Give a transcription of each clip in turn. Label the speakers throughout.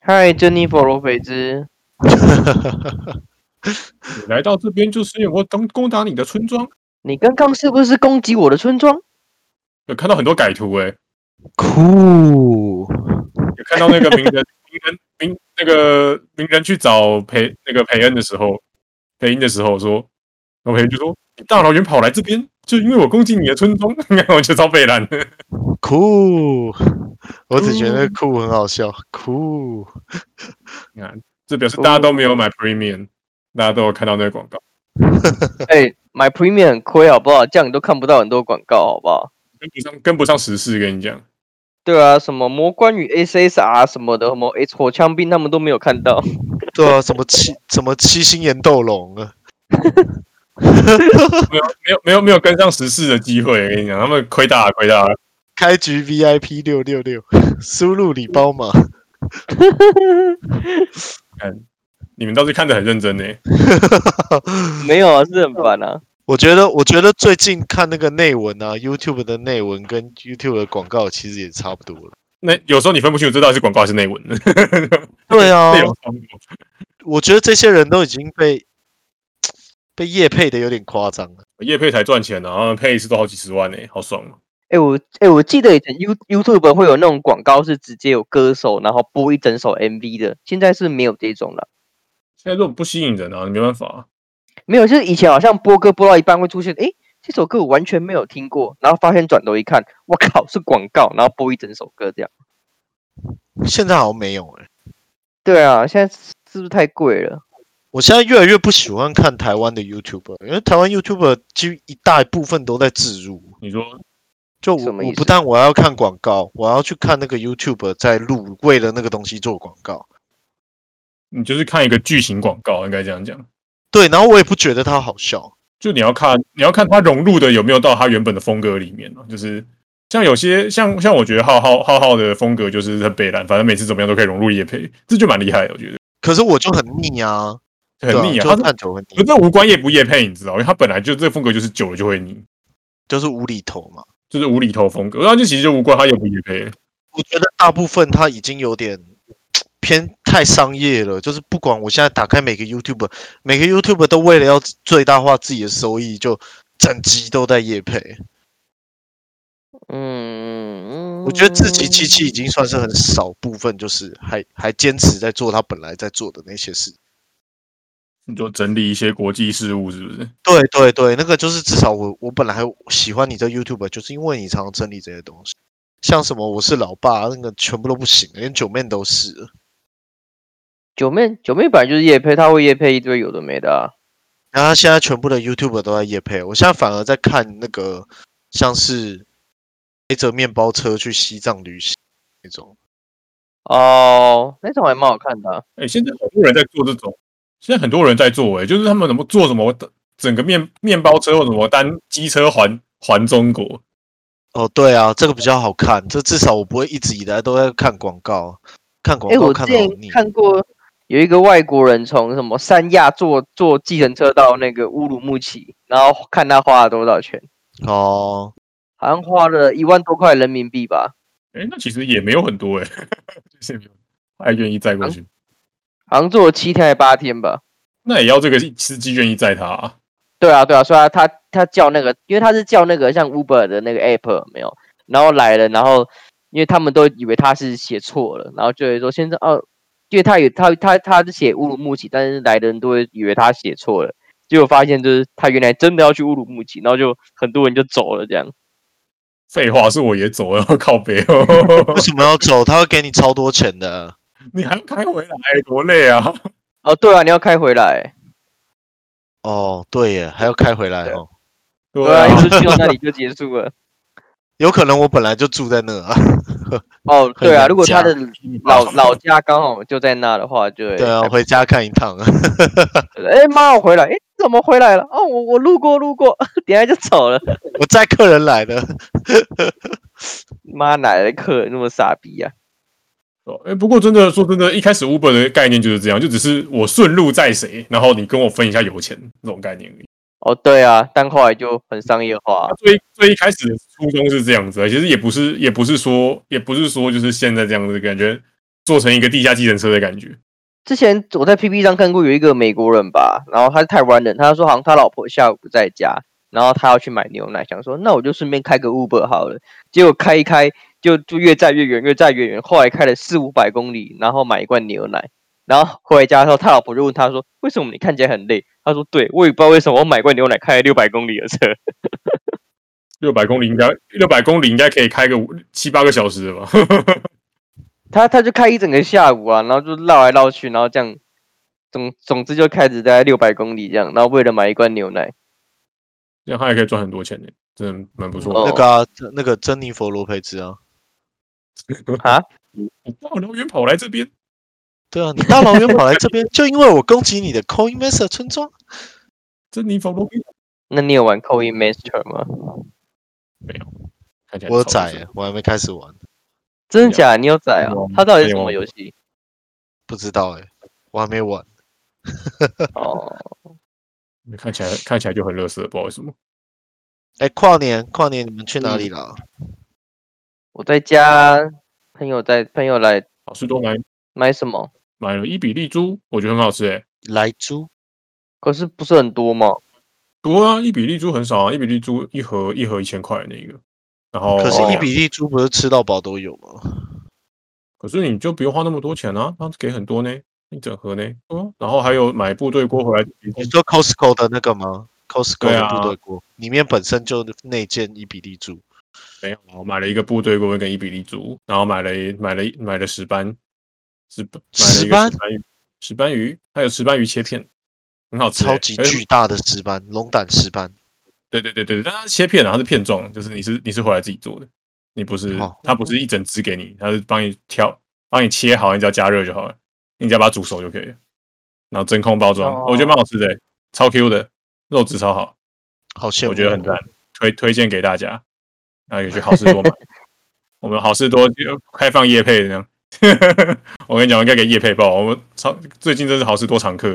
Speaker 1: 嗨，珍妮佛罗培兹，
Speaker 2: 你来到这边就是因为我攻攻打你的村庄，
Speaker 1: 你刚刚是不是攻击我的村庄？
Speaker 2: 有看到很多改图诶、
Speaker 3: 酷，
Speaker 2: 有看到那个名人 名人名那个名人去找裴那个裴恩的时候，裴英的时候说，然后裴恩就说你大老远跑来这边，就因为我攻击你的村庄， 你看我就超北蓝的。
Speaker 3: 酷，我只觉得酷很好笑，酷，
Speaker 2: 你看，这表示大家都没有买 Premium，大家都有看到那个广告。
Speaker 1: 哎、买 Premium 很亏好不好？这样你都看不到很多广告好不好？
Speaker 2: 跟不上，跟不上时事，跟你讲，
Speaker 1: 对啊，什么魔关与 SSR 什么的，什么 H 火枪兵他们都没有看到。
Speaker 3: 对啊，什么七什么七星岩斗龙啊，
Speaker 2: 没有没有没有没有跟上时事的机会，跟你讲，他们亏大了亏大了。
Speaker 3: 开局 VIP 六六六，输入礼包码，
Speaker 2: 你们倒是看得很认真呢、欸
Speaker 1: 没有啊，是很烦啊。
Speaker 3: 我觉得，我觉得最近看那个内文啊，YouTube 的内文跟 YouTube 的广告其实也差不多了。
Speaker 2: 那有时候你分不清楚这到底是广告还是内文，
Speaker 3: 对啊
Speaker 2: 内容差不多
Speaker 3: 我觉得这些人都已经被被业配的有点夸张了。
Speaker 2: 业配才赚钱呢、啊然后配一次都好几十万呢、好爽哦、
Speaker 1: 哎、我哎、我记得以前 You YouTube 会有那种广告是直接有歌手，然后播一整首 MV 的，现在是没有这种了。
Speaker 2: 现在这种不吸引人啊，你没办法、啊。
Speaker 1: 没有，就是以前好像播歌播到一半会出现，诶，这首歌我完全没有听过，然后发现转头一看，我靠，是广告，然后播一整首歌这样。
Speaker 3: 现在好像没有哎、
Speaker 1: 对啊，现在是是不是太贵了？
Speaker 3: 我现在越来越不喜欢看台湾的 YouTuber，因为台湾 YouTuber 几乎一大部分都在植入。
Speaker 2: 你说
Speaker 3: 就
Speaker 1: 什
Speaker 3: 我
Speaker 1: 么
Speaker 3: 我
Speaker 1: 意
Speaker 3: 不
Speaker 1: 思
Speaker 3: 但我要看广告，我要去看那个 YouTuber 在录，为了那个东西做广告。
Speaker 2: 你就是看一个巨型广告，应该这样讲，
Speaker 3: 对，然后我也不觉得他好笑。
Speaker 2: 就你要看你要看它融入的有没有到它原本的风格里面啊就是像有些像像我觉得浩浩浩浩的风格就是很北蓝，反正每次怎么样都可以融入业配，这就蛮厉害的，我觉得。
Speaker 3: 可是我就很腻啊，
Speaker 2: 很
Speaker 3: 对
Speaker 2: 腻
Speaker 3: 啊，
Speaker 2: 啊，
Speaker 3: 就
Speaker 2: 他
Speaker 3: 是
Speaker 2: 是
Speaker 3: 看久很
Speaker 2: 可
Speaker 3: 腻，
Speaker 2: 这无关业不业配，你知道，因为他本来就这个风格就是久了就会腻，
Speaker 3: 就是无厘头嘛。
Speaker 2: 就是无厘头风格，然后就其实就无关他业不业配，
Speaker 3: 我觉得大部分他已经有点偏太商业了，就是不管我现在打开每个 YouTube，每个 YouTube 都为了要最大化自己的收益，就整集都在夜配。
Speaker 1: 嗯，
Speaker 3: 我觉得自己七七已经算是很少部分，就是还还坚持在做他本来在做的那些事。
Speaker 2: 你就整理一些国际事务，是不是？
Speaker 3: 对对对，那个就是至少我我本来喜欢你这 YouTube，就是因为你常常整理这些东西，像什么我是老爸那个全部都不行，连九妹都是了。
Speaker 1: 九妹九妹本来就是夜配，她会夜配一堆有的没的啊。
Speaker 3: 然后他现在全部的 YouTube 都在夜配，我现在反而在看那个像是背着面包车去西藏旅行那种。
Speaker 1: 哦，那种还蛮好看的啊、
Speaker 2: 哎、现在很多人在做这种，现在很多人在做、哎，就是他们怎么做什么整个面面包车或什么单机车环环中国，
Speaker 3: 哦，对啊，这个比较好看，这至少我不会一直以来都在看广告，看广
Speaker 1: 哎、
Speaker 3: 告
Speaker 1: 我之
Speaker 3: 看得好
Speaker 1: 前
Speaker 3: 腻。
Speaker 1: 看过有一个外国人从什么三亚坐坐计程车到那个乌鲁木齐，然后看他花了多少钱，
Speaker 3: 哦，
Speaker 1: 好像花了一万多块人民币吧，
Speaker 2: 哎、那其实也没有很多、哎， 就是也没有还愿意载过去，
Speaker 1: 好像坐了七天还八天吧。
Speaker 2: 那也要这个司机愿意载他、啊。
Speaker 1: 对啊，对啊，所以他他他叫那个，因为他是叫那个像 Uber 的那个 app 有没有，然后来了，然后因为他们都以为他是写错了，然后就会说先生哦，因为他有他他他是写乌鲁木齐，但是来的人都会以为他写错了，结果发现就是他原来真的要去乌鲁木齐，然后就很多人就走了这样。
Speaker 2: 废话，是我也走了，靠北哦，
Speaker 3: 为什么要走？他会给你超多钱的。
Speaker 2: 你还要开回来，多累啊！
Speaker 1: 哦，对啊，你要开回来，
Speaker 3: 哦，对耶，还要开回来
Speaker 1: 对
Speaker 3: 哦。
Speaker 2: 对
Speaker 1: 对啊，一直去到那里就结束了。
Speaker 3: 有可能我本来就住在那啊。
Speaker 1: 哦，对啊，
Speaker 3: 很
Speaker 1: 如果他
Speaker 3: 难
Speaker 1: 的老老家刚好就在那的话，就会
Speaker 3: 对啊，
Speaker 1: 还
Speaker 3: 回家看一趟啊。
Speaker 1: 哎妈，我回来，哎怎么回来了？哦，我我路过路过， 等一下就走了。
Speaker 3: 我载客人来的。
Speaker 1: 妈哪来的客人那么傻逼啊？
Speaker 2: 哦哎、不过真的说真的，一开始 Uber 的概念就是这样，就只是我顺路载谁，然后你跟我分一下油钱这种概念而已。
Speaker 1: 哦，对啊，但后来就很商业化
Speaker 2: 它。最最一开始的初衷是这样子啊，其实也不是也不是说也不是说就是现在这样子，感觉做成一个地下计程车的感觉。
Speaker 1: 之前我在 PPT 上看过有一个美国人吧，然后他是台湾人，他说好像他老婆下午不在家，然后他要去买牛奶，想说那我就顺便开个 Uber 好了。结果开一开就就越载越远，越载越远，后来开了四五百公里，然后买一罐牛奶，然后回家之后，他老婆就问他说：“为什么你看起来很累？”他说：“对，我也不知道为什么，我买罐牛奶开了六百公里的车。
Speaker 2: 六百公里应该六百公里应该可以开个五七八个小时了吧？
Speaker 1: 他他就开一整个下午啊，然后就绕来绕去，然后这样，总总之就开始大概六百公里这样，然后为了买一罐牛奶。”
Speaker 2: 这样他也可以赚很多钱呢，真的蛮不错的。
Speaker 1: 哦
Speaker 3: 那个啊、那个珍妮佛罗培兹啊，
Speaker 1: 啊，
Speaker 2: 我大老远跑来这边，
Speaker 3: 对啊，你大老远跑来这边，就因为我攻击你的 Coin Master 村庄，
Speaker 2: 珍妮弗洛宾
Speaker 1: 那你有玩 Coin Master 吗？
Speaker 2: 看起来
Speaker 3: 我有
Speaker 2: 超不
Speaker 3: 啊宰
Speaker 2: 错
Speaker 3: 了，我还没开始玩，
Speaker 1: 真的假的？你有仔啊
Speaker 2: 有啊？
Speaker 1: 它到底是
Speaker 2: 没
Speaker 1: 什
Speaker 2: 有
Speaker 1: 么
Speaker 2: 啊
Speaker 1: 游戏？
Speaker 3: 不知道哎、我还没玩。
Speaker 1: 哦，
Speaker 2: 看起来看起来就很乐色，不知道为什么。
Speaker 3: 哎，跨年跨年你们去哪里了？
Speaker 1: 我在家，朋友在，朋友来
Speaker 2: 好事多买
Speaker 1: 买什么？
Speaker 2: 买了一比利猪，我觉得很好吃哎。
Speaker 3: 莱猪
Speaker 1: 可是不是很多吗？
Speaker 2: 多啊，一比利猪很少啊，一比利猪一盒一盒一千块那个。然后
Speaker 3: 可是，一比利猪不是吃到饱都有吗？
Speaker 2: 可是你就不用花那么多钱啊，他给很多呢，一整盒呢。嗯，然后还有买部队锅回来，
Speaker 3: 你说 Costco 的那个吗？Costco
Speaker 2: 对
Speaker 3: 的
Speaker 2: 啊
Speaker 3: 部队锅、里面本身就内建一比利猪，
Speaker 2: 没有，啊我买了一个部队锅跟一比利猪，然后买了一买了一买了石斑，石斑
Speaker 3: 石斑
Speaker 2: 买了一个石斑鱼，石斑鱼还有石斑鱼切片，很好吃欸、
Speaker 3: 超级
Speaker 2: 而且
Speaker 3: 巨大的石斑，龙胆石斑。
Speaker 2: 对对对对对，但它切片啊，它是片状，就是你是你是回来自己做的，你不是
Speaker 3: 哦
Speaker 2: 它不是一整只给你，它是帮你挑，帮你切好，你只要加热就好了，你只要把它煮熟就可以了。然后真空包装，
Speaker 1: 哦
Speaker 2: 我觉得蛮好吃的欸、超 Q 的，肉质超好，
Speaker 3: 好羡慕，
Speaker 2: 我觉得很赞，推推荐给大家。那也去好事多 买，我们好事多就开放夜配这样。 我跟你讲，我应该给夜配报，我们超最近真是好事多常客，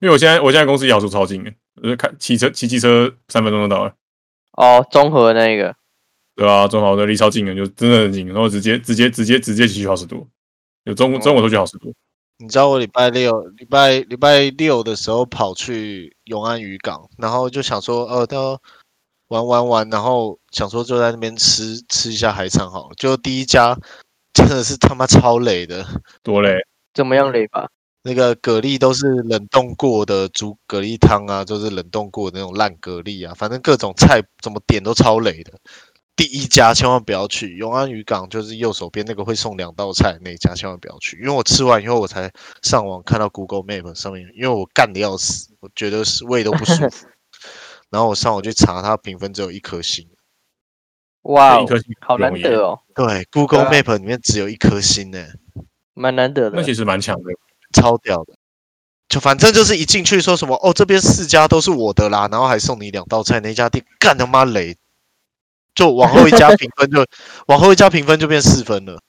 Speaker 2: 因为我现在我现在公司离好处超近的，我就开骑车骑机车三分钟就到了。
Speaker 1: 哦，综合那个。
Speaker 2: 对啊，中好的离超近的，就真的很近，然后直接直接直接直接去好事多，有中午中午都去好事多，
Speaker 3: 你知道我礼拜六、礼拜礼拜六的时候跑去永安渔港，然后就想说，呃，都玩玩玩，然后想说就在那边吃吃一下海产好了。就第一家真的是他妈超累的，
Speaker 2: 多嘞，
Speaker 1: 怎么样嘞吧？
Speaker 3: 那个蛤蜊都是冷冻过的，煮蛤蜊汤啊，就是冷冻过的那种烂蛤蜊啊，反正各种菜怎么点都超累的。第一家千万不要去，永安渔港就是右手边那个会送两道菜那一家，千万不要去。因为我吃完以后，我才上网看到 Google Map 上面，因为我干的要死，我觉得是胃都不 舒服。然后我上网去查，它评分只有一颗星。
Speaker 1: 哇
Speaker 2: 一
Speaker 1: 哦，
Speaker 2: 颗星
Speaker 1: 好难得
Speaker 2: 哦，
Speaker 1: 哦，
Speaker 3: 对，Google
Speaker 1: 对
Speaker 3: Map 里面只有一颗星呢、
Speaker 1: 蛮难得的
Speaker 2: 那。其实蛮强的，
Speaker 3: 超屌的。就反正就是一进去说什么哦，这边四家都是我的啦，然后还送你两道菜，那家店干他妈雷，就往后一家评分就 往后一家评分就变四分了，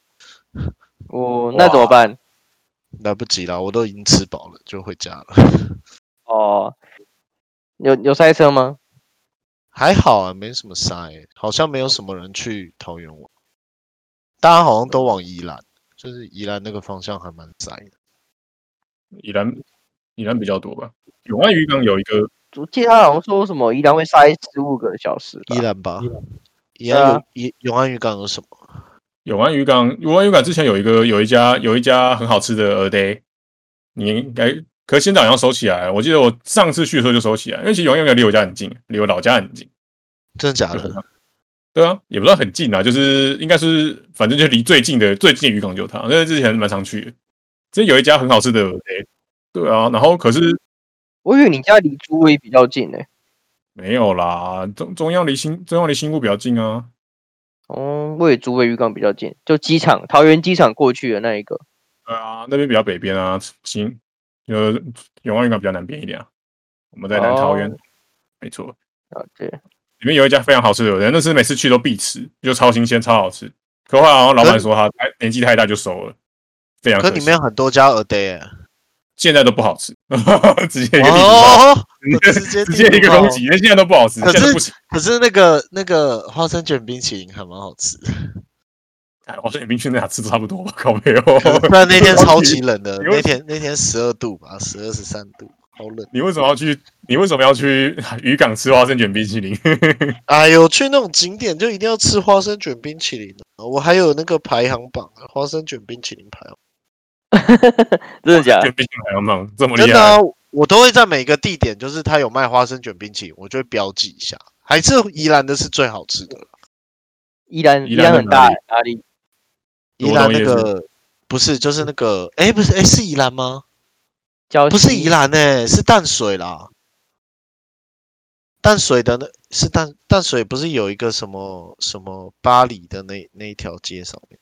Speaker 1: 我那怎么
Speaker 2: 哇
Speaker 1: 办？
Speaker 3: 来不及啦，我都已经吃饱了，就回家了。
Speaker 1: 哦，有有塞车吗？
Speaker 3: 还好啊，没什么塞、好像没有什么人去桃园玩，大家好像都往宜兰，就是宜兰那个方向还蛮塞的。
Speaker 2: 宜兰宜兰比较多吧，永安渔港有一个
Speaker 1: 我记得他好像说什么宜兰会塞十五个小时吧
Speaker 3: 宜。兰吧
Speaker 2: 宜，
Speaker 3: 宜
Speaker 1: 对
Speaker 3: 兰有宜永安渔港有什么？
Speaker 2: 永安渔港，永安渔港之前有一个有一家有一家很好吃的鹅 day，你应该，可是现在好像收起来了，我记得我上次去的时候就收起来，因为其实永安渔港离我家很近，离我老家很近，
Speaker 3: 真的假
Speaker 2: 就很
Speaker 3: 的？
Speaker 2: 对啊，也不知道很近啊，就是应该是反正就离最近的最近的渔港就是它，因为之前蛮常去的。之前有一家很好吃的鹅诶，对啊，然后可是
Speaker 1: 我以为你家离珠威比较近呢。
Speaker 2: 没有啦，中中央离新中央离新屋比较近啊，
Speaker 1: 哦，我以为竹围渔港比较近，就机场桃园机场过去的那一个。
Speaker 2: 对啊，那边比较北边啊，新呃永安渔港比较南边一点啊，我们在南桃园，
Speaker 1: 哦
Speaker 2: 没错，
Speaker 1: 啊，对，
Speaker 2: 里面有一家非常好吃的鹅，那是每次去都必吃，就超新鲜超好吃，可后来好像老板说他太年纪太大就收了，非常
Speaker 3: 可
Speaker 2: 可
Speaker 3: 里
Speaker 2: 惜，
Speaker 3: 面有很多家 a day 欸
Speaker 2: 现在都不好吃， 直接一个地图炮。
Speaker 3: 哦，直接
Speaker 2: 直接一个攻击，那现在都不好吃，
Speaker 3: 可
Speaker 2: 现
Speaker 3: 是
Speaker 2: 在都不行。
Speaker 3: 可是那个那个花生卷冰淇淋还蛮好吃的，
Speaker 2: 哎好像也冰去那俩吃的差不多吧，靠哦没有。
Speaker 3: 不然那天超级冷的，
Speaker 2: 你为
Speaker 3: 那天那天十二度吧，十二十三度，好冷。
Speaker 2: 你为什么要去？你为什么要去渔港吃花生卷冰淇淋？
Speaker 3: 哎呦，去那种景点就一定要吃花生卷冰淇淋啊我还有那个排行榜啊，花生卷冰淇淋排行榜
Speaker 1: 真的假的
Speaker 2: 卷？冰淇淋排行榜这么
Speaker 3: 真
Speaker 2: 厉
Speaker 3: 的
Speaker 2: 害
Speaker 3: 啊，，我都会在每个地点，就是他有卖花生卷冰淇淋，我就会标记一下。还是宜兰的是最好吃的啦，
Speaker 1: 依然依
Speaker 2: 宜
Speaker 1: 然
Speaker 2: 兰在
Speaker 1: 很
Speaker 2: 哪
Speaker 1: 大
Speaker 2: 里
Speaker 1: 压力，
Speaker 3: 宜兰那
Speaker 2: 罗东
Speaker 3: 个不是就是那个，哎、不是，哎、是宜兰吗？
Speaker 1: 交
Speaker 3: 不是
Speaker 1: 心
Speaker 3: 宜兰诶、是淡水啦。淡水的那是淡淡水，不是有一个什么什么巴黎的那那一条街上面，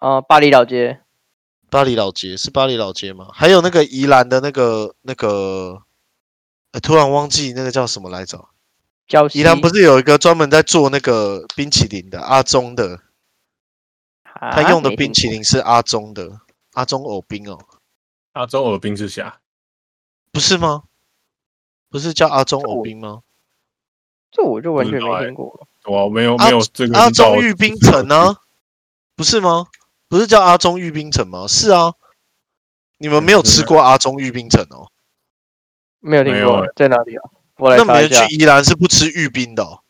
Speaker 1: 哦，巴黎老街
Speaker 3: 巴黎老街是巴黎老街吗？还有那个宜兰的那个那个、呃突然忘记那个叫什么来着？
Speaker 1: 交心
Speaker 3: 宜兰不是有一个专门在做那个冰淇淋的阿中的，
Speaker 1: 啊
Speaker 3: 他用的冰淇，淋是阿中的阿中藕冰哦，
Speaker 2: 阿州耳冰之下，
Speaker 3: 不是吗？不是叫阿中藕冰吗？
Speaker 1: 这我就完全
Speaker 2: 不知道
Speaker 1: 没
Speaker 2: 欸
Speaker 1: 听过。
Speaker 2: 我没有
Speaker 3: 阿
Speaker 2: 没有这个
Speaker 3: 阿
Speaker 2: 引导
Speaker 3: 中玉冰城啊，不是吗？不是叫阿中玉冰城吗？是啊，你们没有吃过阿中玉冰城哦？
Speaker 1: 没有
Speaker 2: 没
Speaker 1: 听
Speaker 2: 有
Speaker 1: 过
Speaker 2: 欸，
Speaker 1: 在哪里啊？我来
Speaker 3: 那
Speaker 1: 查
Speaker 3: 你
Speaker 1: 一
Speaker 3: 们
Speaker 1: 下
Speaker 3: 去。宜兰是不吃玉冰的、哦，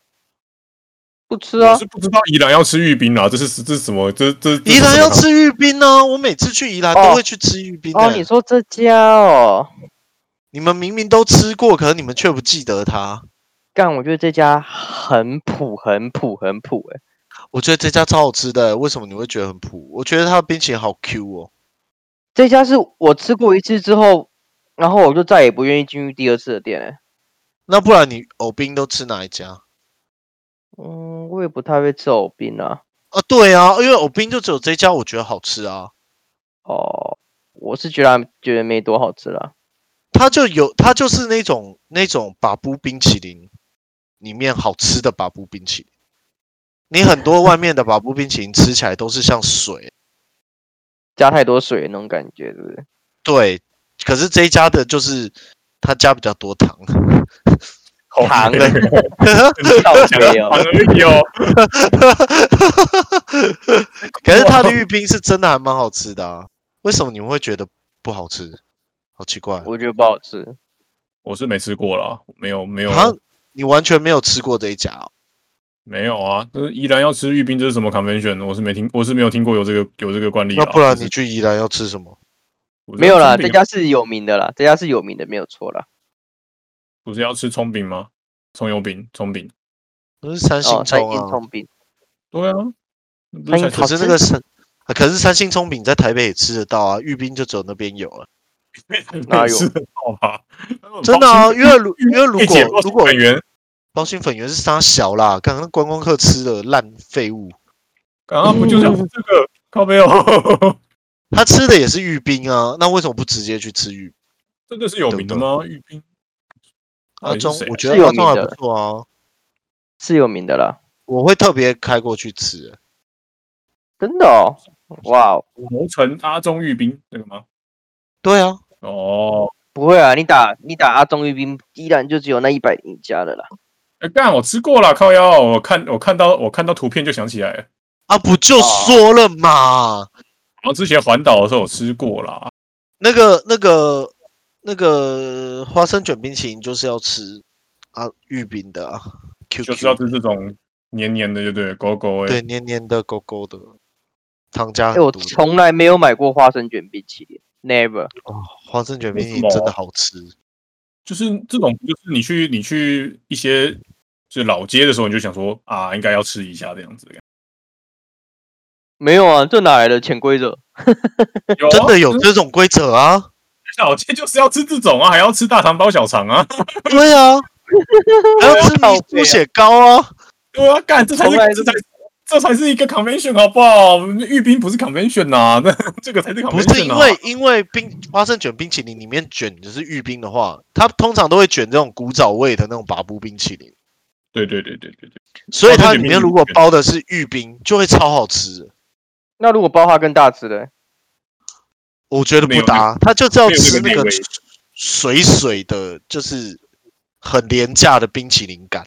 Speaker 1: 不吃啊
Speaker 2: 我是，不知道宜兰要吃玉冰啦，啊这是这是什么？这这这是
Speaker 3: 宜兰
Speaker 2: 什么
Speaker 3: 要吃玉冰呢、我每次去宜兰
Speaker 1: 哦
Speaker 3: 都会去吃玉冰、的。
Speaker 1: 哦，你说这家哦，
Speaker 3: 你们明明都吃过，可是你们却不记得它。
Speaker 1: 干，我觉得这家很普很普很普哎、
Speaker 3: 我觉得这家超好吃的，为什么你会觉得很普？我觉得它的冰淇淋好 Q 哦。
Speaker 1: 这家是我吃过一次之后，然后我就再也不愿意进入第二次的店哎、
Speaker 3: 那不然你藕冰都吃哪一家？
Speaker 1: 嗯，我也不太会吃藕冰啊。
Speaker 3: 啊，对啊，因为藕冰就只有这家我觉得好吃啊。
Speaker 1: 哦，我是觉得它觉得没多好吃啦。
Speaker 3: 它就有，它就是那种那种把布冰淇淋里面好吃的把布冰淇淋。你很多外面的把布冰淇淋吃起来都是像水，
Speaker 1: 加太多水那种感觉，对不对？
Speaker 3: 对。可是这一家的就是它加比较多糖，
Speaker 2: 口
Speaker 1: 糖的
Speaker 2: 味
Speaker 1: 倒
Speaker 2: 讲
Speaker 1: 没有
Speaker 2: 糖，而已哦。
Speaker 3: 可是它的玉冰是真的还蛮好吃的啊。为什么你们会觉得不好吃？好奇怪，
Speaker 1: 我觉得不好吃。
Speaker 2: 我是没吃过啦，没有没有
Speaker 3: 好像你完全没有吃过这一家、哦。
Speaker 2: 没有啊。就是宜兰要吃玉冰，这是什么 convention？我是没听，我是没有听过有这个有这个惯例
Speaker 3: 那
Speaker 2: 啊。
Speaker 3: 不然
Speaker 2: 就
Speaker 3: 你
Speaker 2: 是哦
Speaker 3: 去宜兰要吃什么？
Speaker 2: 不是
Speaker 1: 没有啦，
Speaker 2: 要吃
Speaker 1: 这
Speaker 2: 饼
Speaker 1: 家是有名的啦，这家是有名的，没有错啦。
Speaker 2: 不是要吃葱饼吗？葱油饼，葱饼。
Speaker 3: 不是三
Speaker 1: 哦，
Speaker 3: 星
Speaker 1: 餐
Speaker 3: 葱
Speaker 1: 饮
Speaker 3: 啊，
Speaker 1: 葱饼，
Speaker 2: 对啊，不
Speaker 1: 餐饮
Speaker 2: 才
Speaker 1: 好
Speaker 3: 可是那个三，啊可是三星葱饼在台北也吃得到啊，玉冰就只有那边有啊。
Speaker 1: 哪有
Speaker 2: 吃得到吧？
Speaker 3: 真的啊，因为如因为如
Speaker 2: 一姐
Speaker 3: 果如果
Speaker 2: 本源，
Speaker 3: 包心粉圆是沙小啦，刚刚观光客吃的烂废物，
Speaker 2: 刚刚不就想吃
Speaker 3: 嗯
Speaker 2: 这个靠背哦？
Speaker 3: 他吃的也是玉冰啊，那为什么不直接去吃玉
Speaker 2: 这个是有名的吗？玉冰哎
Speaker 3: 阿啊中？
Speaker 2: 啊
Speaker 3: 我
Speaker 1: 是
Speaker 3: 觉得
Speaker 1: 有
Speaker 3: 阿中还
Speaker 1: 名
Speaker 3: 不
Speaker 1: 的
Speaker 3: 错啊，
Speaker 1: 是有名的啦，
Speaker 3: 我会特别开过去吃。
Speaker 1: 真的哦。哇哦，
Speaker 2: 谋城阿中玉冰那个吗？
Speaker 3: 对啊，
Speaker 2: 哦，
Speaker 1: 不会啊，你打你打阿中玉兵，依然就只有那一百赢家了啦。
Speaker 2: 哎干，我吃过了，靠腰，我看我看到我看到图片就想起来了，
Speaker 3: 啊不就
Speaker 1: 哦
Speaker 3: 说了嘛，
Speaker 2: 好像之前环岛的时候有吃过啦。
Speaker 3: 那个那个那个花生卷冰淇淋就是要吃啊玉冰的啊
Speaker 2: 就
Speaker 3: ，QQ
Speaker 2: 是要吃这种黏黏的，就对了，狗狗哎
Speaker 3: 对，黏黏的勾勾的，糖加
Speaker 1: 哎、
Speaker 2: 啊
Speaker 3: 很多
Speaker 1: 我
Speaker 3: 的
Speaker 1: 从来没有买过花生卷冰淇淋，never。
Speaker 3: 哦，花生卷
Speaker 2: 为
Speaker 3: 冰
Speaker 2: 什
Speaker 3: 淇淋
Speaker 2: 么啊
Speaker 3: 真的好吃。
Speaker 2: 就是这种，就是你去你去一些就是老街的时候，你就想说啊，应该要吃一下这样 子。
Speaker 1: 没有啊，这哪来的潜规则？
Speaker 2: 有啊
Speaker 3: 真的有
Speaker 2: 就是
Speaker 3: 这种规则 啊？
Speaker 2: 老街就是要吃这种啊，还要吃大肠包小肠啊。
Speaker 3: 对 啊，还要吃
Speaker 1: 靠
Speaker 3: 米
Speaker 1: 北啊
Speaker 3: 猪血糕啊？
Speaker 2: 对啊，干这才是
Speaker 1: 从来
Speaker 2: 这才这才是一个 convention 好不好？玉冰不是 convention 呐、啊，那这个才是 convention 啊。
Speaker 3: 不是因为因为冰花生卷冰淇淋里面卷就是玉冰的话，它通常都会卷这种古早味的那种拔布冰淇淋，
Speaker 2: 对对对对对对，
Speaker 3: 所以它
Speaker 2: 花生
Speaker 3: 里
Speaker 2: 卷
Speaker 3: 面
Speaker 2: 冰
Speaker 3: 如果
Speaker 2: 卷
Speaker 3: 包的是玉冰，就会超好吃。
Speaker 1: 那如果包花更大只的，
Speaker 3: 我觉得
Speaker 2: 没
Speaker 3: 不
Speaker 2: 有
Speaker 3: 搭，它就是要
Speaker 2: 没有这
Speaker 3: 吃
Speaker 2: 个
Speaker 3: 那
Speaker 2: 内
Speaker 3: 个
Speaker 2: 味
Speaker 3: 水水的，就是很廉价的冰淇淋感。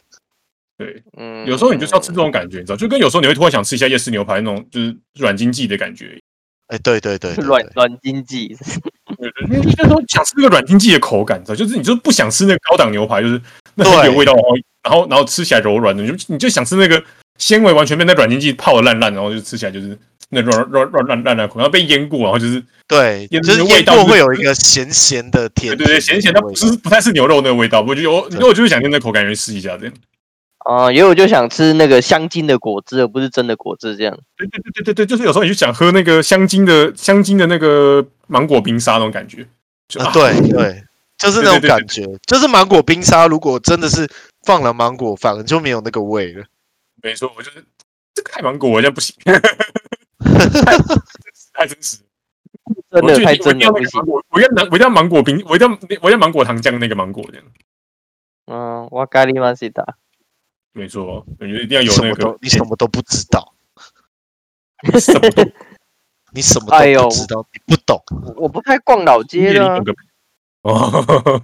Speaker 2: 对，
Speaker 1: 嗯，
Speaker 2: 有时候你就是要吃这种感觉，你知道，就跟有时候你会突然想吃一下夜市牛排那种，就是软经济的感觉。
Speaker 3: 哎，对对对，对
Speaker 1: 软
Speaker 3: 对
Speaker 1: 软经济，
Speaker 2: 对对对，就是说想吃那个软经济的口感，你知道，就是你就是不想吃那个高档牛排，就是那很有味道，然后然后然后吃起来柔软的，你就你就想吃那个纤维完全被那软经济泡的烂烂，然后就吃起来就是那软软软烂烂烂口，然后被腌过，然后就是
Speaker 3: 对，
Speaker 2: 腌
Speaker 3: 就是
Speaker 2: 的味
Speaker 3: 腌
Speaker 2: 道
Speaker 3: 过
Speaker 2: 就是
Speaker 3: 会有一个咸咸的
Speaker 2: 对
Speaker 3: 甜甜
Speaker 2: 对对，咸咸的，不是不太是牛肉那个味道。我就我我就是想用那口感去试一下这样。
Speaker 1: 哦，因为我就想吃那个香精的果汁，而不是真的果汁这样。
Speaker 2: 对对对对对对，就是有时候你就想喝那个香精的香精的那个芒果冰沙那种感觉。就
Speaker 3: 啊， 对对，就是那种
Speaker 2: 对对对
Speaker 3: 感觉，就是芒果冰沙，如果真的是放了芒果，反而就没有那个味了。
Speaker 2: 没错，我就是这个太芒果，我现在不 行，太真实，
Speaker 1: 真
Speaker 2: 我
Speaker 1: 的
Speaker 2: 就
Speaker 1: 太
Speaker 2: 一定我
Speaker 1: 真
Speaker 2: 一定
Speaker 1: 的
Speaker 2: 要
Speaker 1: 不
Speaker 2: 那个
Speaker 1: 行
Speaker 2: 芒。果，我一定要我一定要芒果冰，我一定要我一定要芒果糖浆那个芒果这样。
Speaker 1: 嗯，哇咖喱玛西达，
Speaker 2: 没错，我觉得一定要哎
Speaker 3: 你
Speaker 2: 有
Speaker 3: 什
Speaker 2: 那
Speaker 3: 么
Speaker 2: 个
Speaker 3: 都你什么都不知道，
Speaker 2: 什么 都
Speaker 3: 你什么
Speaker 1: 哎
Speaker 3: 都
Speaker 1: 呦
Speaker 3: 不知道，你不懂。
Speaker 1: 我我不太逛老街了啊，
Speaker 2: 哦，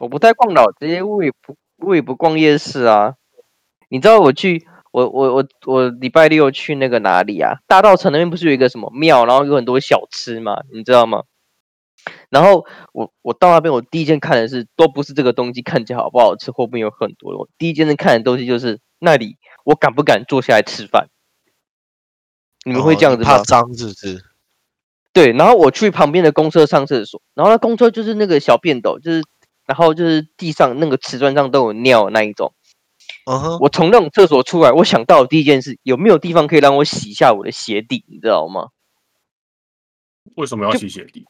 Speaker 1: 我不太逛老街，我也不我也不逛夜市啊。你知道我去我我我我礼拜六去那个哪里啊？大道城那边不是有一个什么庙，然后有很多小吃嘛，你知道吗？然后我我到那边，我第一件看的是都不是这个东西看起来好不好吃，后面有很多的。我第一件看的东西就是那里我敢不敢坐下来吃饭？你们会
Speaker 3: 哦
Speaker 1: 这样子吗
Speaker 3: 怕？脏是不是？
Speaker 1: 对，然后我去旁边的公车上厕所，然后那公车就是那个小便斗，就是然后就是地上那个瓷砖上都有尿的那一种。
Speaker 3: 嗯哼，
Speaker 1: 我从那种厕所出来，我想到的第一件事，有没有地方可以让我洗一下我的鞋底，你知道吗？
Speaker 2: 为什么要吸血地？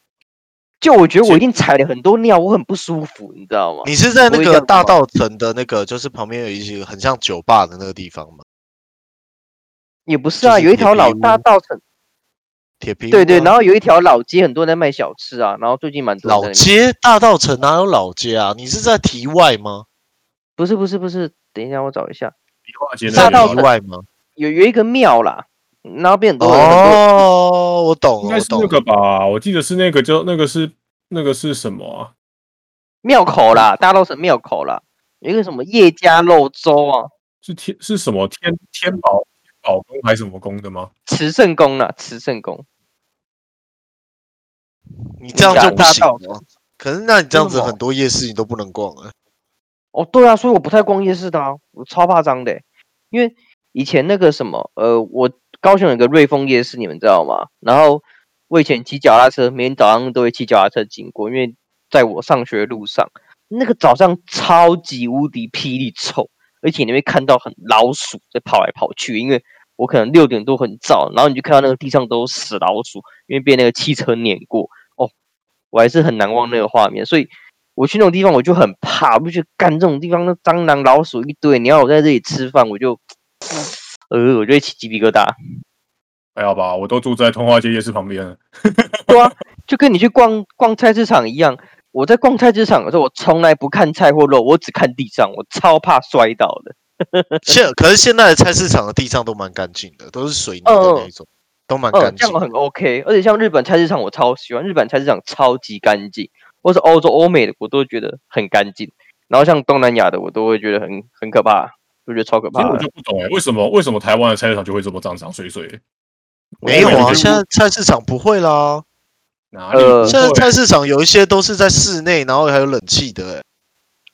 Speaker 1: 就我觉得我
Speaker 2: 鞋
Speaker 1: 一定踩了很多尿，我很不舒服，你知道吗？
Speaker 3: 你是在
Speaker 1: 我
Speaker 3: 那
Speaker 1: 也这
Speaker 3: 个
Speaker 1: 样子
Speaker 3: 大
Speaker 1: 吗
Speaker 3: 道城的那个，就是旁边有一些很像酒吧的那个地方嘛，
Speaker 1: 也不是
Speaker 3: 就
Speaker 1: 啊，
Speaker 3: 是
Speaker 1: 有一
Speaker 3: 铁
Speaker 1: 条
Speaker 3: 皮
Speaker 1: 老
Speaker 3: 屋
Speaker 1: 大道城，
Speaker 3: 铁皮屋啊
Speaker 1: 对对，
Speaker 3: 吗
Speaker 1: 然后有一条老街，很多人在卖小吃啊，然后最近蛮多人在
Speaker 3: 老
Speaker 1: 那边
Speaker 3: 街大道城哪有老街啊？你是在题外吗？
Speaker 1: 不是不是不是，等一下我找一下，
Speaker 2: 梨花街
Speaker 3: 你
Speaker 2: 那
Speaker 1: 大
Speaker 3: 在
Speaker 1: 道
Speaker 3: 题
Speaker 1: 城
Speaker 2: 个
Speaker 3: 外吗？
Speaker 1: 有有一个庙啦，然后变很多人，很多
Speaker 3: 哦，我懂
Speaker 2: 应
Speaker 3: 了，
Speaker 2: 该
Speaker 3: 我
Speaker 2: 是
Speaker 3: 懂
Speaker 2: 那
Speaker 3: 了。
Speaker 2: 个吧？我记得是那个叫那个是那个是什么啊？
Speaker 1: 庙口啦，大稻城庙口啦，有一个什么叶家肉粥啊，
Speaker 2: 是天是什么天天宝天宝宫还是什么宫的吗？
Speaker 1: 慈圣宫啦，慈圣宫。
Speaker 3: 你这样就不
Speaker 1: 大
Speaker 3: 行
Speaker 1: 道
Speaker 3: 了。可是那你这样
Speaker 2: 为
Speaker 3: 子
Speaker 2: 什么
Speaker 3: 很多夜市你都不能逛啊了。
Speaker 1: 哦，对啊，所以我不太逛夜市的啊，我超怕脏的欸，因为以前那个什么，呃，我高雄有个瑞丰夜市，你们知道吗？然后我以前骑脚踏车，每天早上都会骑脚踏车经过，因为在我上学的路上，那个早上超级无敌霹雳臭，而且你会看到很老鼠在跑来跑去，因为我可能六点多很早，然后你就看到那个地上都是死老鼠，因为被那个汽车碾过，哦，我还是很难忘那个画面，所以。我去那种地方我就很怕，我就觉得干这种地方那蟑螂老鼠一堆，你要我在这里吃饭，我就，呃，我就会起鸡皮疙瘩。
Speaker 2: 还好哎吧，我都住在通化街夜市旁边了。
Speaker 1: 对啊，就跟你去逛逛菜市场一样。我在逛菜市场的时候，我从来不看菜或肉，我只看地上，我超怕摔倒的。
Speaker 3: 现可是现在的菜市场的地上都蛮干净的，都是水泥
Speaker 1: 嗯
Speaker 3: 的
Speaker 1: 嗯
Speaker 3: 那一种，都蛮
Speaker 1: 嗯
Speaker 3: 干，
Speaker 1: 这
Speaker 3: 净
Speaker 1: 样。很 OK。而且像日本菜市场，我超喜欢，日本菜市场超级干净，或是欧洲、欧美的，我都觉得很干净。然后像东南亚的，我都会觉得很很可怕，我觉得超可
Speaker 2: 其实
Speaker 1: 怕
Speaker 2: 我
Speaker 1: 的。
Speaker 2: 就不懂哎、为什么为什么台湾的菜市场就会这么脏脏水水、
Speaker 3: 没有
Speaker 2: 我以为
Speaker 3: 啊，
Speaker 2: 你
Speaker 3: 现在菜市场不会啦。
Speaker 2: 哪里不
Speaker 1: 呃
Speaker 2: 会？啊
Speaker 3: 现在菜市场有一些都是在室内，然后还有冷气的、欸。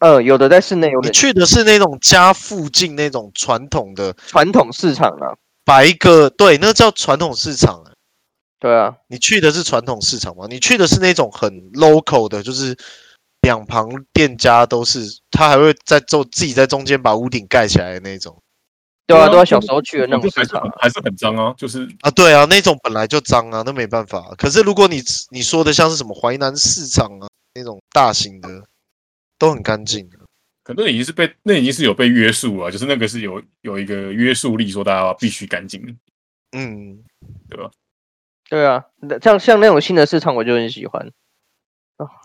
Speaker 1: 嗯，有的在室内，有
Speaker 3: 你
Speaker 1: 的
Speaker 3: 去的是那种家附近那种传统的
Speaker 1: 传统市场啊。
Speaker 3: 摆一个，对，那叫传统市场、欸。
Speaker 1: 对啊，
Speaker 3: 你去的是传统市场吗？你去的是那种很 local 的，就是两旁店家都是，他还会在做自己在中间把屋顶盖起来的那种。
Speaker 1: 对啊，
Speaker 2: 对啊
Speaker 1: 对啊，
Speaker 2: 就
Speaker 1: 小
Speaker 2: 是
Speaker 1: 时候去的那种
Speaker 2: 就还
Speaker 1: 市
Speaker 2: 是
Speaker 1: 场
Speaker 2: 很
Speaker 1: 啊，
Speaker 2: 还是很脏啊，就是
Speaker 3: 啊，对啊，那种本来就脏啊，那没办法。可是如果你你说的像是什么淮南市场啊那种大型的，都很干净的。啊
Speaker 2: 可能已经是被那已经是有被约束了，啊就是那个是有有一个约束力，说大家必须干净。
Speaker 3: 嗯，
Speaker 1: 对啊，那像像那种新的市场，我就很喜欢。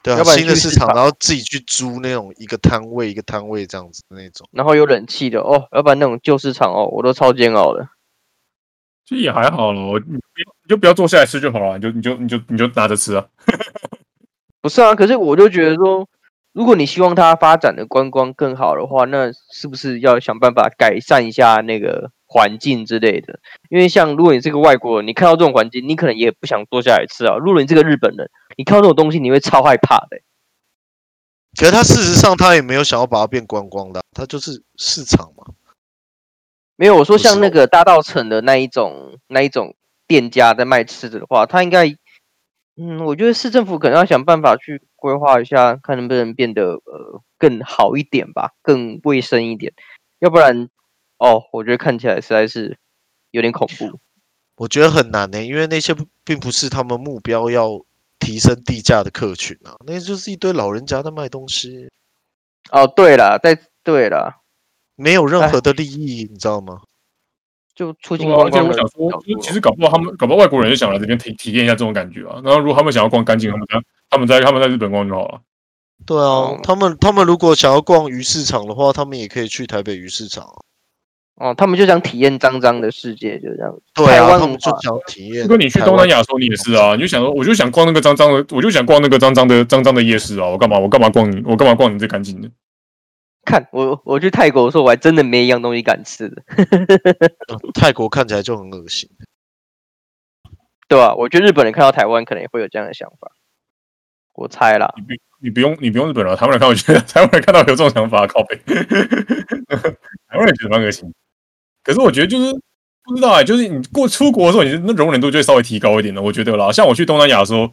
Speaker 3: 对啊
Speaker 1: 要，不然
Speaker 3: 新的
Speaker 1: 去
Speaker 3: 市
Speaker 1: 市
Speaker 3: 场，
Speaker 1: 场
Speaker 3: 然后自己去租那种一个摊位一个摊位这样子的那种。
Speaker 1: 然后有冷气的哦，要不然那种旧市场哦，我都超煎熬的。
Speaker 2: 其实也还好了，我你你就不要坐下来吃就好了，你就你就你就你就拿着吃啊。
Speaker 1: 不是啊，可是我就觉得说，如果你希望它发展的观光更好的话，那是不是要想办法改善一下那个环境之类的？因为像如果你是个外国人，你看到这种环境，你可能也不想坐下来吃啊。如果你是个日本人，你看到这种东西，你会超害怕的欸、
Speaker 3: 可是他事实上他也没有想要把它变观光的啊，他就是市场嘛。
Speaker 1: 没有，我说
Speaker 3: 不是
Speaker 1: 像那
Speaker 3: 哦
Speaker 1: 个大道城的那一种那一种店家在卖吃的的话，他应该，嗯，我觉得市政府可能要想办法去规划一下，看能不能变得呃更好一点吧，更卫生一点，要不然，哦，我觉得看起来实在是有点恐怖。
Speaker 2: 啊
Speaker 3: 我觉得很难欸呢、因为那些不并不是他们目标要提升地价的客群啊，那就是一堆老人家在卖东西，
Speaker 1: 哦，对了，在对了，
Speaker 3: 没有任
Speaker 1: 哎
Speaker 3: 何的利益，你知道吗？
Speaker 1: 就促进
Speaker 2: 对
Speaker 1: 观
Speaker 2: 啊而且
Speaker 1: 光
Speaker 2: 我
Speaker 1: 的
Speaker 2: 想
Speaker 1: 角
Speaker 2: 说，
Speaker 1: 度
Speaker 2: 就是其实搞不好他们，搞不好外国人也想来这边体体验一下这种感觉啊。然后如果他们想要逛干净，他们在他们在他们在日本逛就好了。
Speaker 3: 对啊
Speaker 1: 哦，
Speaker 3: 他们他们如果想要逛鱼市场的话，他们也可以去台北鱼市场啊。
Speaker 1: 哦，他们就想体验脏脏的世界，就这样。
Speaker 3: 对
Speaker 1: 台
Speaker 3: 啊，
Speaker 1: 湾
Speaker 3: 他
Speaker 1: 文
Speaker 3: 们就
Speaker 1: 化
Speaker 3: 想要体验台湾。
Speaker 2: 如果你去东南亚的时候，你也是啊，你就想说，我就想逛那个脏脏的，我就想逛那个脏脏的脏脏的夜市啊，我干嘛我干嘛逛你，我干嘛逛你这干净的？
Speaker 1: 看我，我去泰国的时候，我还真的没一样东西敢吃的，
Speaker 3: 呃，泰国看起来就很恶心。
Speaker 1: 对吧、我觉得日本人看到台湾可能也会有这样的想法，我猜啦。
Speaker 2: 你不用你不用日本了，台湾人看我觉得 台湾人看到有这种想法，靠背，台湾人觉得蛮恶心。可是我觉得就是不知道哎、就是你过出国的时候，你那容忍度就会稍微提高一点的，我觉得啦。像我去东南亚的时候，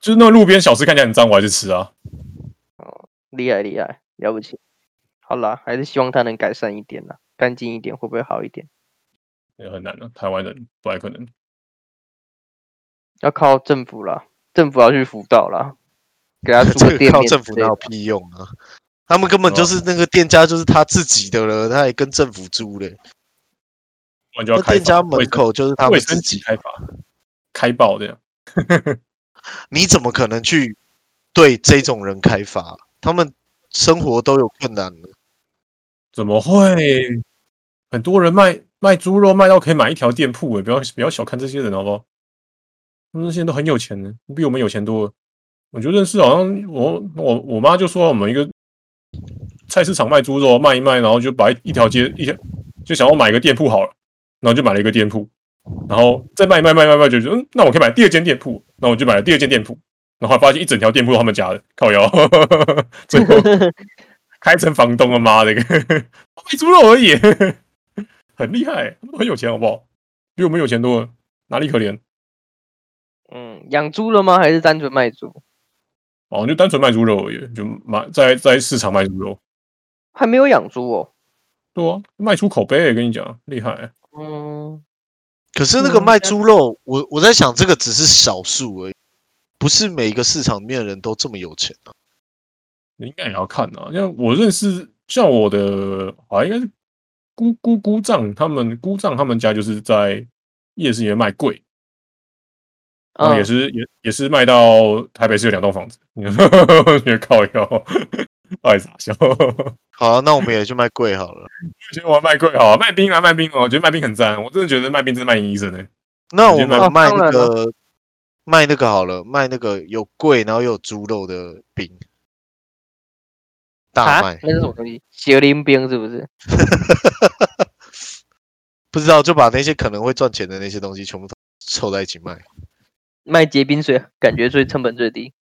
Speaker 2: 就是那路边小吃看起来很脏，我还是吃啊。
Speaker 1: 厉害厉害，了不起。好啦，还是希望他能改善一点啦，干净一点会不会好一点？
Speaker 2: 也很难的，啊台湾人不太可能。
Speaker 1: 要靠政府啦，政府要去辅导啦，给他租
Speaker 3: 这
Speaker 1: 个
Speaker 3: 个
Speaker 1: 店
Speaker 3: 靠
Speaker 1: 面
Speaker 3: 政
Speaker 1: 之
Speaker 3: 府
Speaker 1: 类
Speaker 3: 哪有
Speaker 1: 的
Speaker 3: 屁用啊？他们根本就是
Speaker 2: 啊
Speaker 3: 那个店家就是他自己的了，他还跟政府租嘞。
Speaker 2: 不然就要
Speaker 3: 那
Speaker 2: 开
Speaker 3: 店
Speaker 2: 发
Speaker 3: 家门口就是他
Speaker 2: 卫
Speaker 3: 们
Speaker 2: 生
Speaker 3: 自
Speaker 2: 级
Speaker 3: 己，
Speaker 2: 开发，开爆这样。
Speaker 3: 你怎么可能去对这种人开发？他们生活都有困难了。
Speaker 2: 怎么会？很多人卖卖猪肉卖到可以买一条店铺，哎，不要不要小看这些人，好不好？他们这些人都很有钱的，比我们有钱多了。我就认识，好像我我我妈就说我们一个菜市场卖猪肉卖一卖，然后就把一条街一条就想要买一个店铺好了，然后就买了一个店铺，然后再卖一卖卖卖卖，就觉得嗯，那我可以买第二间店铺，那我就买了第二间店铺，然后后来发现一整条店铺都他们家的，靠腰， 最后开成房东了，妈的，卖猪肉而已，很厉害，他们都很有钱，好不好？比我们有钱多了，哪里可怜？
Speaker 1: 嗯，养猪了吗？还是单纯卖猪？
Speaker 2: 哦，就单纯卖猪肉而已，就买在在市场卖猪肉，
Speaker 1: 还没有养猪哦。
Speaker 2: 对啊，卖出口碑，跟你讲，厉害。
Speaker 1: 嗯，
Speaker 3: 可是那
Speaker 1: 嗯
Speaker 3: 个卖
Speaker 1: 但
Speaker 3: 猪肉，我我在想，这个只是少数而已，不是每一个市场里面的人都这么有钱啊。
Speaker 2: 你应该也要看啊，因为我认识像我的，好像应该是姑姑姑丈他们姑丈他们家就是在夜市里面卖贵，然
Speaker 3: 哦
Speaker 2: 后也
Speaker 1: 嗯
Speaker 2: 是、也也是卖到台北市有两栋房子，你 别靠腰， 爱傻笑。
Speaker 3: 好啊、那我们也去卖贵 好了。
Speaker 2: 觉得我卖贵好、啊，卖冰啊，卖冰哦、我觉得卖冰很赞，我真的觉得卖冰真的卖赢医生呢、欸
Speaker 3: 那
Speaker 2: 直接
Speaker 3: 我
Speaker 2: 卖
Speaker 3: 们卖
Speaker 1: 哦
Speaker 3: 那
Speaker 1: 当然
Speaker 3: 个卖那个好了，卖那个有贵然后又有猪肉的饼，大
Speaker 1: 啊
Speaker 3: 卖，
Speaker 1: 那是什么东西？邪灵冰是不是？
Speaker 3: 不知道就把那些可能会赚钱的那些东西全部都凑在一起卖。
Speaker 1: 卖结冰水感觉最成本最低。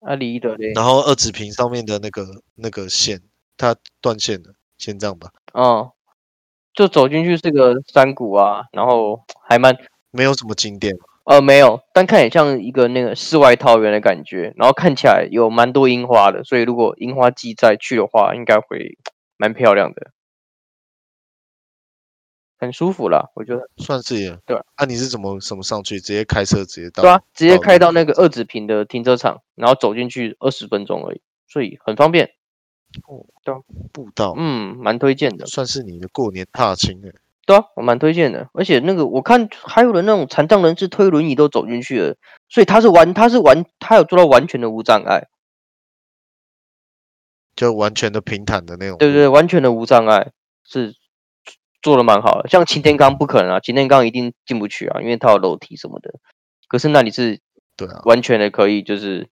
Speaker 1: 啊，离的嘞，
Speaker 3: 然后二指屏上面的那个那个线，它断线了，先这样吧，
Speaker 1: 哦，就走进去是个山谷啊，然后还蛮
Speaker 3: 没有什么景点。
Speaker 1: 呃没有，但看起来像一个那个世外桃源的感觉，然后看起来有蛮多樱花的，所以如果樱花季再去的话，应该会蛮漂亮的，很舒服啦，我觉得。
Speaker 3: 算是也
Speaker 1: 对啊。
Speaker 3: 啊，你是怎么怎么上去？直接开车直接到？
Speaker 1: 对啊，直接
Speaker 3: 到
Speaker 1: 开
Speaker 3: 那
Speaker 1: 到
Speaker 3: 个
Speaker 1: 那个二子坪的停车场，然后走进去二十分钟而已，所以很方便。
Speaker 3: 步道，
Speaker 1: 嗯，蛮推荐的。
Speaker 3: 算是你的过年踏青哎。
Speaker 1: 对啊，我蛮推荐的。而且那个我看还有人那种残障人士推轮椅都走进去了，所以他是完他是完他有做到完全的无障碍，
Speaker 3: 就完全的平坦的那种路。
Speaker 1: 对不对？完全的无障碍是做的蛮好的，像擎天刚不可能啊，擎天刚一定进不去啊，因为它有楼梯什么的。可是那里是
Speaker 3: 对啊，
Speaker 1: 完全的可以就是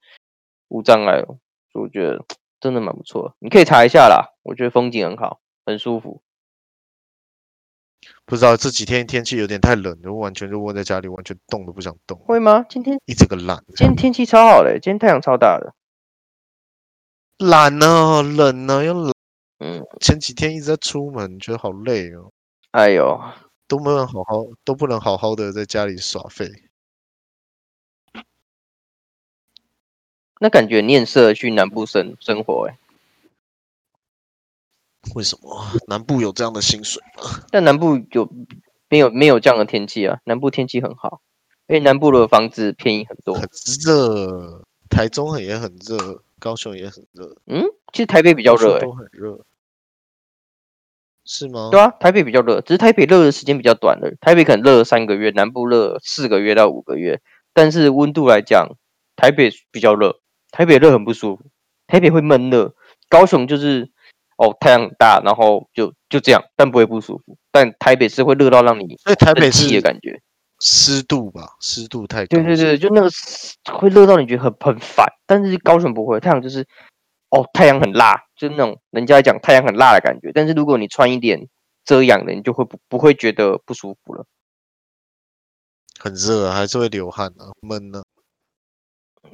Speaker 1: 无障碍哦，所以我觉得真的蛮不错的。你可以查一下啦，我觉得风景很好，很舒服。
Speaker 3: 不知道这几天天气有点太冷了，我完全就窝在家里，完全动都不想动，
Speaker 1: 会吗？今天
Speaker 3: 一整个懒
Speaker 1: 今天天气超好嘞、今天太阳超大的。
Speaker 3: 懒呢，冷呢又懒。
Speaker 1: 嗯，
Speaker 3: 前几天一直在出门，觉得好累哦，
Speaker 1: 哎呦，
Speaker 3: 都没有好好都不能好好的在家里耍废。
Speaker 1: 那感觉你很适合去南部生生活哎、
Speaker 3: 为什么南部有这样的薪水？
Speaker 1: 但南部有没有没有这样的天气啊？南部天气很好，因为南部的房子便宜很多。
Speaker 3: 很热，台中很也很热，高雄也很热，
Speaker 1: 嗯，其实台北比较
Speaker 3: 到处
Speaker 1: 热、欸，
Speaker 3: 都很热，是吗？
Speaker 1: 对啊，台北比较热，只是台北热的时间比较短了。台北可能热了三个月，南部热了四个月到五个月，但是温度来讲，台北比较热，台北热很不舒服，台北会闷热。高雄就是哦太阳很大，然后就就这样，但不会不舒服。但台北是会热到让你
Speaker 3: 所以台北
Speaker 1: 生气的
Speaker 3: 是
Speaker 1: 感觉，
Speaker 3: 湿度吧，湿度太高。
Speaker 1: 对对对，就那个是会热到你觉得很很烦，但是高雄不会，太阳就是哦，太阳很辣，就是那种人家讲太阳很辣的感觉。但是如果你穿一点遮阳的，你就会不不会觉得不舒服了。
Speaker 3: 很热啊，还是会流汗啊，闷啊。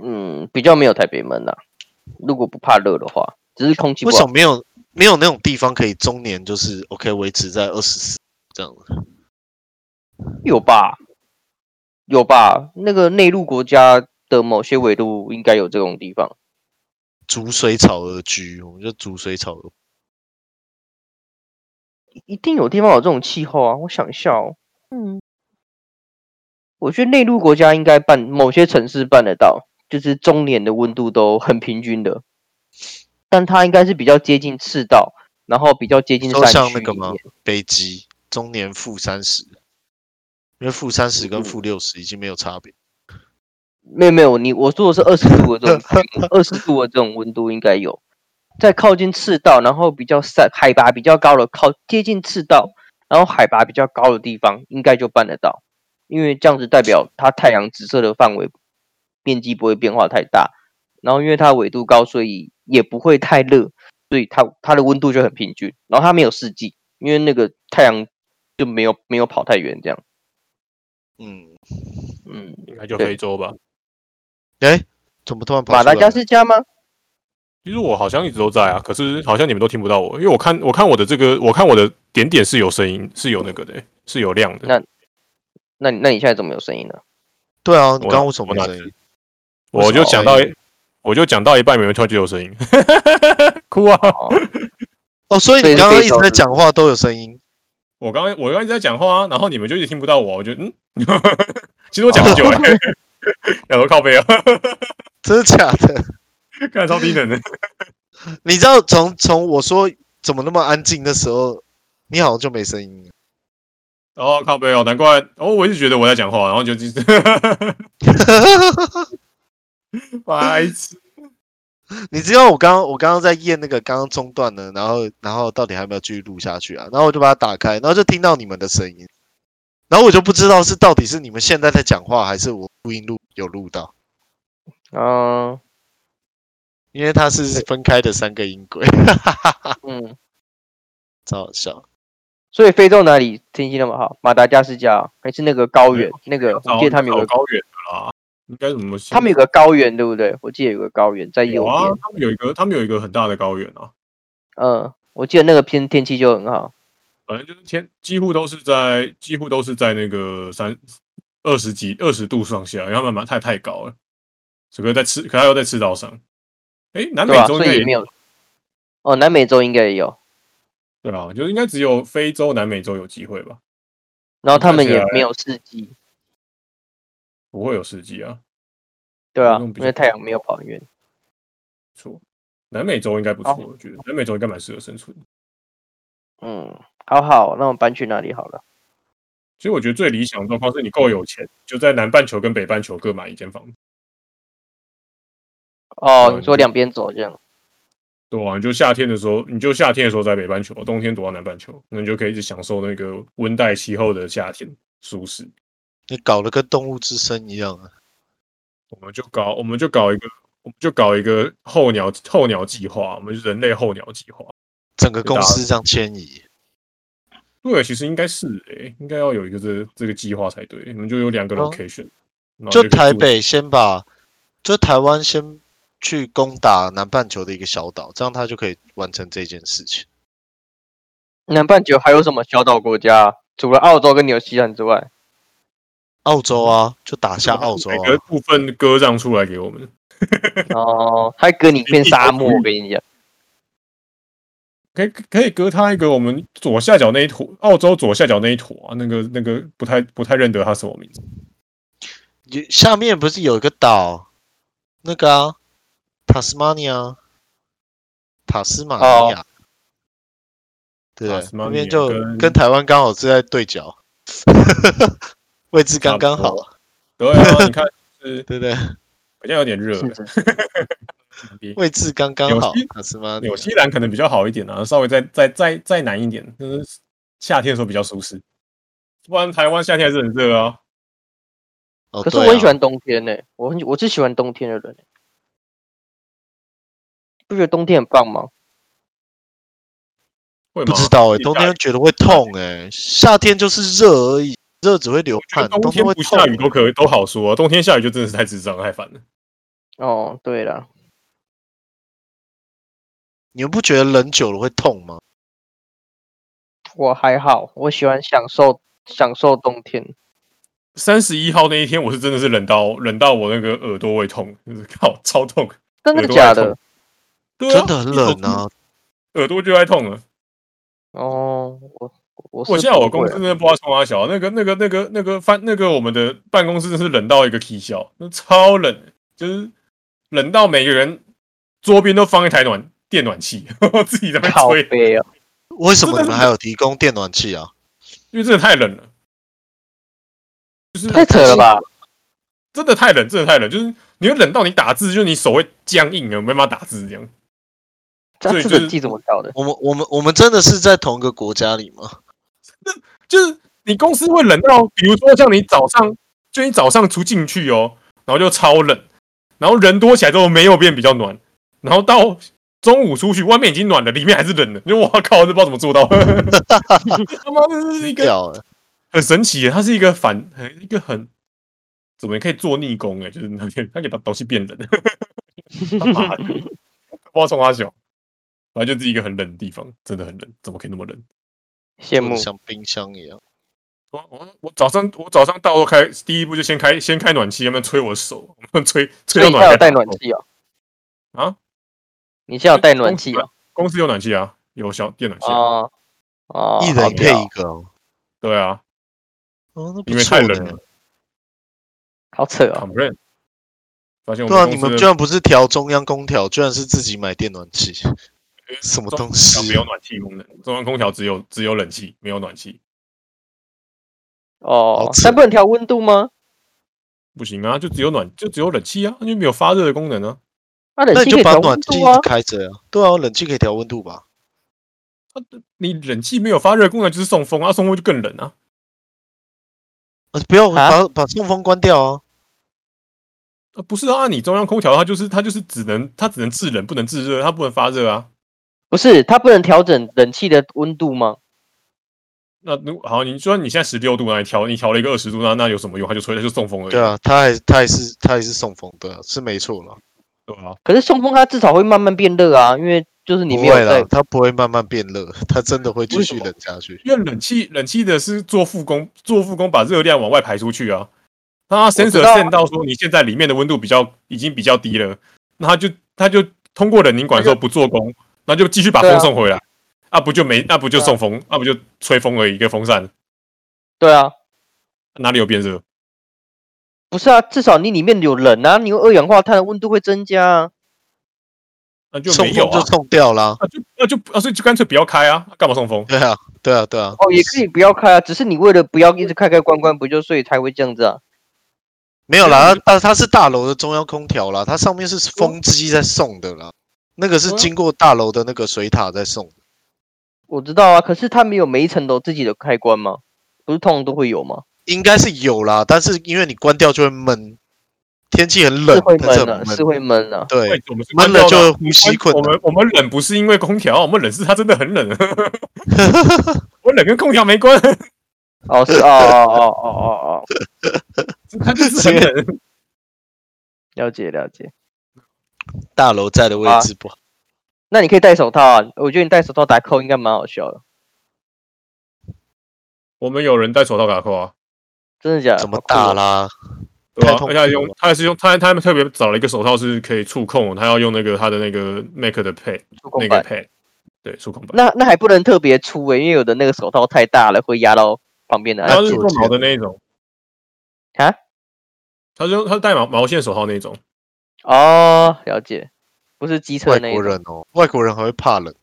Speaker 1: 嗯，比较没有台北闷啦、啊如果不怕热的话，只是空气不
Speaker 3: 为什
Speaker 1: 好
Speaker 3: 么。没有没有那种地方可以中年就是 OK 维持在二十四这样的？
Speaker 1: 有吧？有吧？那个内陆国家的某些纬度应该有这种地方。
Speaker 3: 逐水草而居，我们就逐水草而。
Speaker 1: 一定有地方有这种气候啊！我想一下哦，嗯，我觉得内陆国家应该办，某些城市办得到，就是中年的温度都很平均的，但它应该是比较接近赤道，然后比较接近
Speaker 3: 你
Speaker 1: 山
Speaker 3: 说
Speaker 1: 区
Speaker 3: 像那个
Speaker 1: 一
Speaker 3: 吗
Speaker 1: 点？
Speaker 3: 北极中年负三十，因为负三十跟负六十已经没有差别。
Speaker 1: 没有没有，你我说的是二十度的这 种二十度的这种温度应该有，在靠近赤道，然后比较山海拔比较高的靠接近赤道，然后海拔比较高的地方应该就办得到，因为这样子代表它太阳直射的范围面积不会变化太大，然后因为它纬度高，所以也不会太热，所以它它的温度就很平均，然后它没有四季，因为那个太阳就没有没有跑太远这样，
Speaker 3: 嗯，
Speaker 1: 嗯，
Speaker 2: 应该就
Speaker 1: 对
Speaker 2: 非洲吧。
Speaker 3: 哎，怎么突然跑
Speaker 1: 马
Speaker 3: 出来
Speaker 1: 达
Speaker 3: 了？
Speaker 1: 加斯加吗？
Speaker 2: 其实我好像一直都在啊，可是好像你们都听不到我，因为我看我看我的这个，我看我的点点是有声音，是有那个的、是有亮的。
Speaker 1: 那那你那你现在怎么有声音呢？
Speaker 3: 对啊，你
Speaker 2: 我
Speaker 3: 刚刚为什么
Speaker 2: 我
Speaker 3: 没
Speaker 2: 哪
Speaker 3: 声音
Speaker 2: 知？我就讲到一，我就讲到一半，没人突然就有声 音，哭啊！
Speaker 1: 哦，
Speaker 3: 哦，所以
Speaker 1: 所以
Speaker 3: 你
Speaker 1: 是
Speaker 3: 刚刚
Speaker 1: 非
Speaker 3: 一
Speaker 1: 洲
Speaker 3: 直
Speaker 1: 是
Speaker 3: 在
Speaker 1: 不是
Speaker 3: 讲话都有声音。
Speaker 2: 我刚刚我刚刚一直在讲话啊，然后你们就一直听不到我，我就嗯， 其实我讲很 久哎、欸，两头靠背啊，
Speaker 3: 真的假的？
Speaker 2: 看超低能的。
Speaker 3: 你知道从从我说怎么那么安静的时候，你好像就没声音了。
Speaker 2: 哦，靠背哦，难怪哦，我一直觉得我在讲话，然后就 白痴。
Speaker 3: 你知道我刚刚我刚刚在验那个刚刚中断了，然后然后到底还有没有继续录下去啊？然后我就把它打开，然后就听到你们的声音，然后我就不知道是到底是你们现在在讲话，还是我录音录有录到，
Speaker 1: 嗯
Speaker 3: 因为它是分开的三个音轨，
Speaker 2: 啊
Speaker 1: 嗯，
Speaker 3: 超好笑。
Speaker 1: 所以非洲哪里天气那么好？马达加斯加还是那个高原？那个我记得他们有
Speaker 2: 找
Speaker 1: 个，
Speaker 2: 高远的啦，应该怎么？
Speaker 1: 他们有个高原，对不对？我记得有个高原在右
Speaker 2: 有啊
Speaker 1: 边。，
Speaker 2: 他们有一个，他们有一个很大的高原啊，
Speaker 1: 嗯，我记得那个天天气就很好。
Speaker 2: 反正就是天几乎都是在几乎都是在那个三二十几二十度上下，因为他们蛮太太高了，整个在赤，可它又在赤道上。哎，南美
Speaker 1: 对吧？啊
Speaker 2: 洲
Speaker 1: 所
Speaker 2: 应
Speaker 1: 以
Speaker 2: 该也
Speaker 1: 也没有。哦，南美洲应该也有，
Speaker 2: 对吧？就应该只有非洲、南美洲有机会吧，
Speaker 1: 然后他们
Speaker 2: 看起
Speaker 1: 也
Speaker 2: 来
Speaker 1: 没有四季，
Speaker 2: 不会有四季啊。
Speaker 1: 对啊，
Speaker 2: 那种
Speaker 1: 因
Speaker 2: 比较
Speaker 1: 为太阳没有跑很远。
Speaker 2: 不错，南美洲应该不错，
Speaker 1: 好
Speaker 2: 我觉得南美洲应该蛮适合生存的。
Speaker 1: 嗯，好好，那我们搬去哪里好了？
Speaker 2: 其实我觉得最理想的状况是你够有钱，就在南半球跟北半球各买一间房子。
Speaker 1: 哦，
Speaker 2: 嗯
Speaker 1: 你说两边走这样，
Speaker 2: 对啊，你就夏天的时候，你就夏天的时候在北半球，冬天躲到南半球，那你就可以一直享受那个温带气候的夏天舒适。
Speaker 3: 你搞得跟动物之森一样啊！
Speaker 2: 我们就搞，我们就搞一个，我们就搞一个候鸟候鸟计划，我们人类候鸟计划。
Speaker 3: 整个公司这样迁移，
Speaker 2: 对，其实应该是诶、应该要有一个这这个计划才对。你们就有两个
Speaker 3: 哦
Speaker 2: location，、然后
Speaker 3: 就
Speaker 2: 可以
Speaker 3: 台
Speaker 2: 住
Speaker 3: 北先把，就台湾先去攻打南半球的一个小岛，这样他就可以完成这件事情。
Speaker 1: 南半球还有什么小岛国家啊、除了澳洲跟纽西兰之外，
Speaker 3: 澳洲
Speaker 2: 嗯
Speaker 3: 啊，就打下澳 洲
Speaker 2: 每个
Speaker 3: 啊，
Speaker 2: 部分割让出来给我们，
Speaker 1: 哦，还隔你一片沙 漠，我跟你讲，
Speaker 2: 可以可以割它一个我们左下角那一坨，澳洲左下角那一坨啊，那个那个不太不太认得它什么名字，
Speaker 3: 有下面不是有一个岛，那个啊，塔斯马尼亚，塔斯马尼亚，对不
Speaker 2: 塔
Speaker 3: 对，
Speaker 2: 斯马
Speaker 3: 那
Speaker 2: 尼亚
Speaker 3: 边就
Speaker 2: 哦跟
Speaker 3: 跟台湾刚好是在对角， 位置刚刚
Speaker 2: 差
Speaker 3: 好
Speaker 2: 不，对啊，你看是
Speaker 3: 对不对？
Speaker 2: 好像有点热，
Speaker 3: 位置刚刚好哦
Speaker 2: 纽西，
Speaker 3: 塔斯马尼亚
Speaker 2: 纽西兰可能比较好一点啊，稍微再再再再难一点，就是夏天的时候比较舒适。不然台湾夏天还是很热啊。
Speaker 3: 哦
Speaker 1: 可是
Speaker 3: 对
Speaker 1: 我很
Speaker 3: 啊
Speaker 1: 喜欢冬天呢、我很我是喜欢冬天的人、欸，不觉得冬天很棒吗？
Speaker 2: 会吗
Speaker 3: 不知道哎、
Speaker 2: 自己
Speaker 3: 冬
Speaker 2: 哦下
Speaker 3: 天觉得会痛哎、夏天就是热而已，热只会流汗，
Speaker 2: 冬
Speaker 3: 冬
Speaker 2: 天
Speaker 3: 会
Speaker 2: 不
Speaker 3: 痛
Speaker 2: 下雨
Speaker 3: 欸。
Speaker 2: 都可以都好说、啊，冬天下雨就真的是太智障太烦了。
Speaker 1: 哦，对了，
Speaker 3: 你们不觉得冷久了会痛吗？
Speaker 1: 我还好，我喜欢享受享受冬天。
Speaker 2: 三十一号那一天，我是真的是冷到冷到我那个耳朵会痛，就是 靠超痛，
Speaker 1: 真的
Speaker 2: 耳朵
Speaker 1: 假
Speaker 2: 在
Speaker 1: 的
Speaker 2: 痛？对啊
Speaker 3: 真的很冷，啊！
Speaker 2: 耳朵就爱痛了。
Speaker 1: 哦，我我
Speaker 2: 我
Speaker 1: 是
Speaker 2: 现在我
Speaker 1: 不
Speaker 2: 公
Speaker 1: 会啊
Speaker 2: 司真的不知道冲哪小，那个那个那个那个翻那个我们的办公室真的是冷到一个啼笑，那超冷，就是冷到每个人桌边都放一台暖电暖气， 我自己在那边
Speaker 1: 靠
Speaker 2: 吹，
Speaker 1: 背 哦，
Speaker 3: 为什么
Speaker 2: 真的
Speaker 3: 你们还有提供电暖气啊？
Speaker 2: 因为真的太冷了，就是
Speaker 1: 太扯了吧？
Speaker 2: 真的太冷，真的太冷，就是你会冷到你打字，就是你手会僵硬了，没办法打字这样。
Speaker 1: 这
Speaker 2: 所以
Speaker 1: 这
Speaker 2: 就
Speaker 1: 个
Speaker 2: 是
Speaker 1: 记怎么搞的？
Speaker 3: 我们我们我们真的是在同一个国家里吗？
Speaker 2: 就是你公司会冷到，比如说像你早上，就你早上出进去哦，然后就超冷，然后人多起来之后没有变比较暖，然后到中午出去，外面已经暖了，里面还是冷的，你就我靠，这不知道怎么做到，他妈这是一个
Speaker 3: 掉了，
Speaker 2: 很神奇耶，它是一个反很一个很怎么可以做逆攻哎，就是它可以它可以把东西变冷， 他妈的，不知道从哪想，反正就是一个很冷的地方，真的很冷，怎么可以那么冷？
Speaker 1: 羡慕
Speaker 3: 像冰箱一样。
Speaker 2: 我我我早上我早上到都开第一步就先开先开暖气，要不然吹我的手，吹吹
Speaker 1: 所以
Speaker 2: 到
Speaker 1: 你现在
Speaker 2: 暖开
Speaker 1: 有
Speaker 2: 始
Speaker 1: 带暖
Speaker 2: 动。
Speaker 1: 气哦？
Speaker 2: 啊？
Speaker 1: 你现在有带暖气哦？
Speaker 2: 公司有暖气啊，有小电暖气、啊。
Speaker 1: 哦哦，
Speaker 3: 一
Speaker 1: 好
Speaker 3: 人配
Speaker 1: 屌
Speaker 3: 一个哦，
Speaker 2: 对啊
Speaker 3: 哦那
Speaker 2: 因
Speaker 3: 不
Speaker 2: 为
Speaker 3: 错
Speaker 2: 太冷
Speaker 3: 的
Speaker 2: 了。
Speaker 1: 好扯哦！
Speaker 2: ，complain。发现我
Speaker 3: 对啊，
Speaker 2: 们
Speaker 3: 你
Speaker 2: 公
Speaker 3: 们
Speaker 2: 司
Speaker 3: 居
Speaker 2: 的
Speaker 3: 然不是调中央空调，居然是自己买电暖气，什么东
Speaker 2: 中央空调
Speaker 3: 西
Speaker 2: 没？有暖气功能，中央空调只有只有冷气，没有暖气，
Speaker 1: 哦
Speaker 3: 好，扯
Speaker 1: 但哦不能调温度吗？
Speaker 2: 不行啊，就只有暖就只有冷气啊，就没有发热的功能啊。
Speaker 1: 那
Speaker 3: 那
Speaker 1: 冷气
Speaker 3: 你
Speaker 1: 可
Speaker 3: 就
Speaker 1: 以
Speaker 3: 把
Speaker 1: 调
Speaker 3: 暖
Speaker 1: 温
Speaker 3: 气一
Speaker 1: 度
Speaker 3: 直
Speaker 1: 啊？
Speaker 3: 开着啊。对啊，冷气可以调温度吧？
Speaker 2: 啊你冷气没有发热功能就是送风啊，送风就更冷啊。
Speaker 3: 呃，不要
Speaker 1: 啊
Speaker 3: 把把送风关掉啊。
Speaker 2: 啊不是啊，按你中央空调它就是它就是只能它只能制冷，不能制热，它不能发热啊。
Speaker 1: 不是，它不能调整冷气的温度吗？
Speaker 2: 那如好，你说你现在十六度，那你调你调了一个二十度，那那有什么用？它就吹，它就送风而已。
Speaker 3: 对，啊，他还他还是他还是送风，对啊，是没错了。
Speaker 2: 对啊，
Speaker 1: 可是送风它至少会慢慢变热啊，因为就是你
Speaker 3: 不
Speaker 1: 没有
Speaker 3: 会啦
Speaker 1: 在，
Speaker 3: 它不会慢慢变热，它真的会继
Speaker 2: 为
Speaker 3: 续
Speaker 2: 什么
Speaker 3: 冷下去。
Speaker 2: 因为冷气冷气的是做复工，做复工把热量往外排出去啊。那它
Speaker 1: 知
Speaker 2: sensor
Speaker 1: 道啊
Speaker 2: send 到说你现在里面的温度比较已经比较低了，那它就它就通过冷凝管说不做工，那就继续把
Speaker 1: 对啊
Speaker 2: 风送回来，啊不就没那不就
Speaker 1: 对啊
Speaker 2: 送风，那不就吹风而已，一个风扇
Speaker 1: 对啊，
Speaker 2: 哪里有变热？
Speaker 1: 不是啊，至少你里面有人啊，你有二氧化碳的温度会增加啊。
Speaker 2: 那就
Speaker 3: 送
Speaker 2: 没有
Speaker 3: 风
Speaker 2: 啊
Speaker 3: 就，送掉啦。
Speaker 2: 那就那就啊所以就干脆不要开啊，干嘛送风？
Speaker 3: 对啊，对啊，对啊，
Speaker 1: 哦，也可以不要开啊，只是你为了不要一直开开关关，不就所以才会这样子啊？
Speaker 3: 没有啦，它它它是大楼的中央空调啦，它上面是风机在送的啦。那个是
Speaker 2: 哦
Speaker 3: 经过大楼的那个水塔在送的，
Speaker 1: 我知道啊，可是他们有每一层楼自己的开关吗？不是通常都会有吗？
Speaker 3: 应该是有啦，但是因为你关掉就会闷，天气很冷
Speaker 1: 是，会
Speaker 3: 它
Speaker 1: 闷
Speaker 3: 是很
Speaker 1: 的，
Speaker 3: 闷
Speaker 1: 是，会闷啊的。
Speaker 3: 对，
Speaker 2: 我们是关
Speaker 3: 闷了
Speaker 2: 掉
Speaker 3: 就
Speaker 2: 的啊
Speaker 3: 会呼吸困
Speaker 2: 我
Speaker 3: 难。
Speaker 2: 们我们冷不是因为空调，我们冷是它真的很 冷。我冷跟空调没关，
Speaker 1: 哦，是哦哦哦哦哦哦，
Speaker 2: 它 就是很冷。
Speaker 1: 了解了解。
Speaker 3: 大楼在的位
Speaker 1: 啊
Speaker 3: 置不好，
Speaker 1: 那你可以戴手套啊，我觉得你戴手套打扣应该蛮好笑的，
Speaker 2: 我们有人戴手套打扣啊，
Speaker 1: 真的假的？
Speaker 3: 怎么
Speaker 1: 好酷
Speaker 3: 打
Speaker 1: 哦？
Speaker 3: 啦？
Speaker 2: 对吧、
Speaker 3: 太
Speaker 2: 而
Speaker 3: 痛苦
Speaker 2: 且
Speaker 3: 了
Speaker 2: 还用，他还是用他他们特别找了一个手套是可以触控，他要用那个他的那个 Mac 的 pad
Speaker 1: 触
Speaker 2: 那
Speaker 1: 控
Speaker 2: 个
Speaker 1: 板。
Speaker 2: pad，对触控板。
Speaker 1: 那那还不能特别粗欸诶、因为有的那个手套太大了，会压到旁边的。
Speaker 2: 他
Speaker 1: 啊
Speaker 2: 是做毛的那一种
Speaker 1: 啊？
Speaker 2: 他是用他是戴毛毛线手套那一种，
Speaker 1: 哦，了解，不是机车
Speaker 3: 外
Speaker 1: 那一
Speaker 3: 国
Speaker 1: 种。
Speaker 3: 人哦，外国人还会怕冷。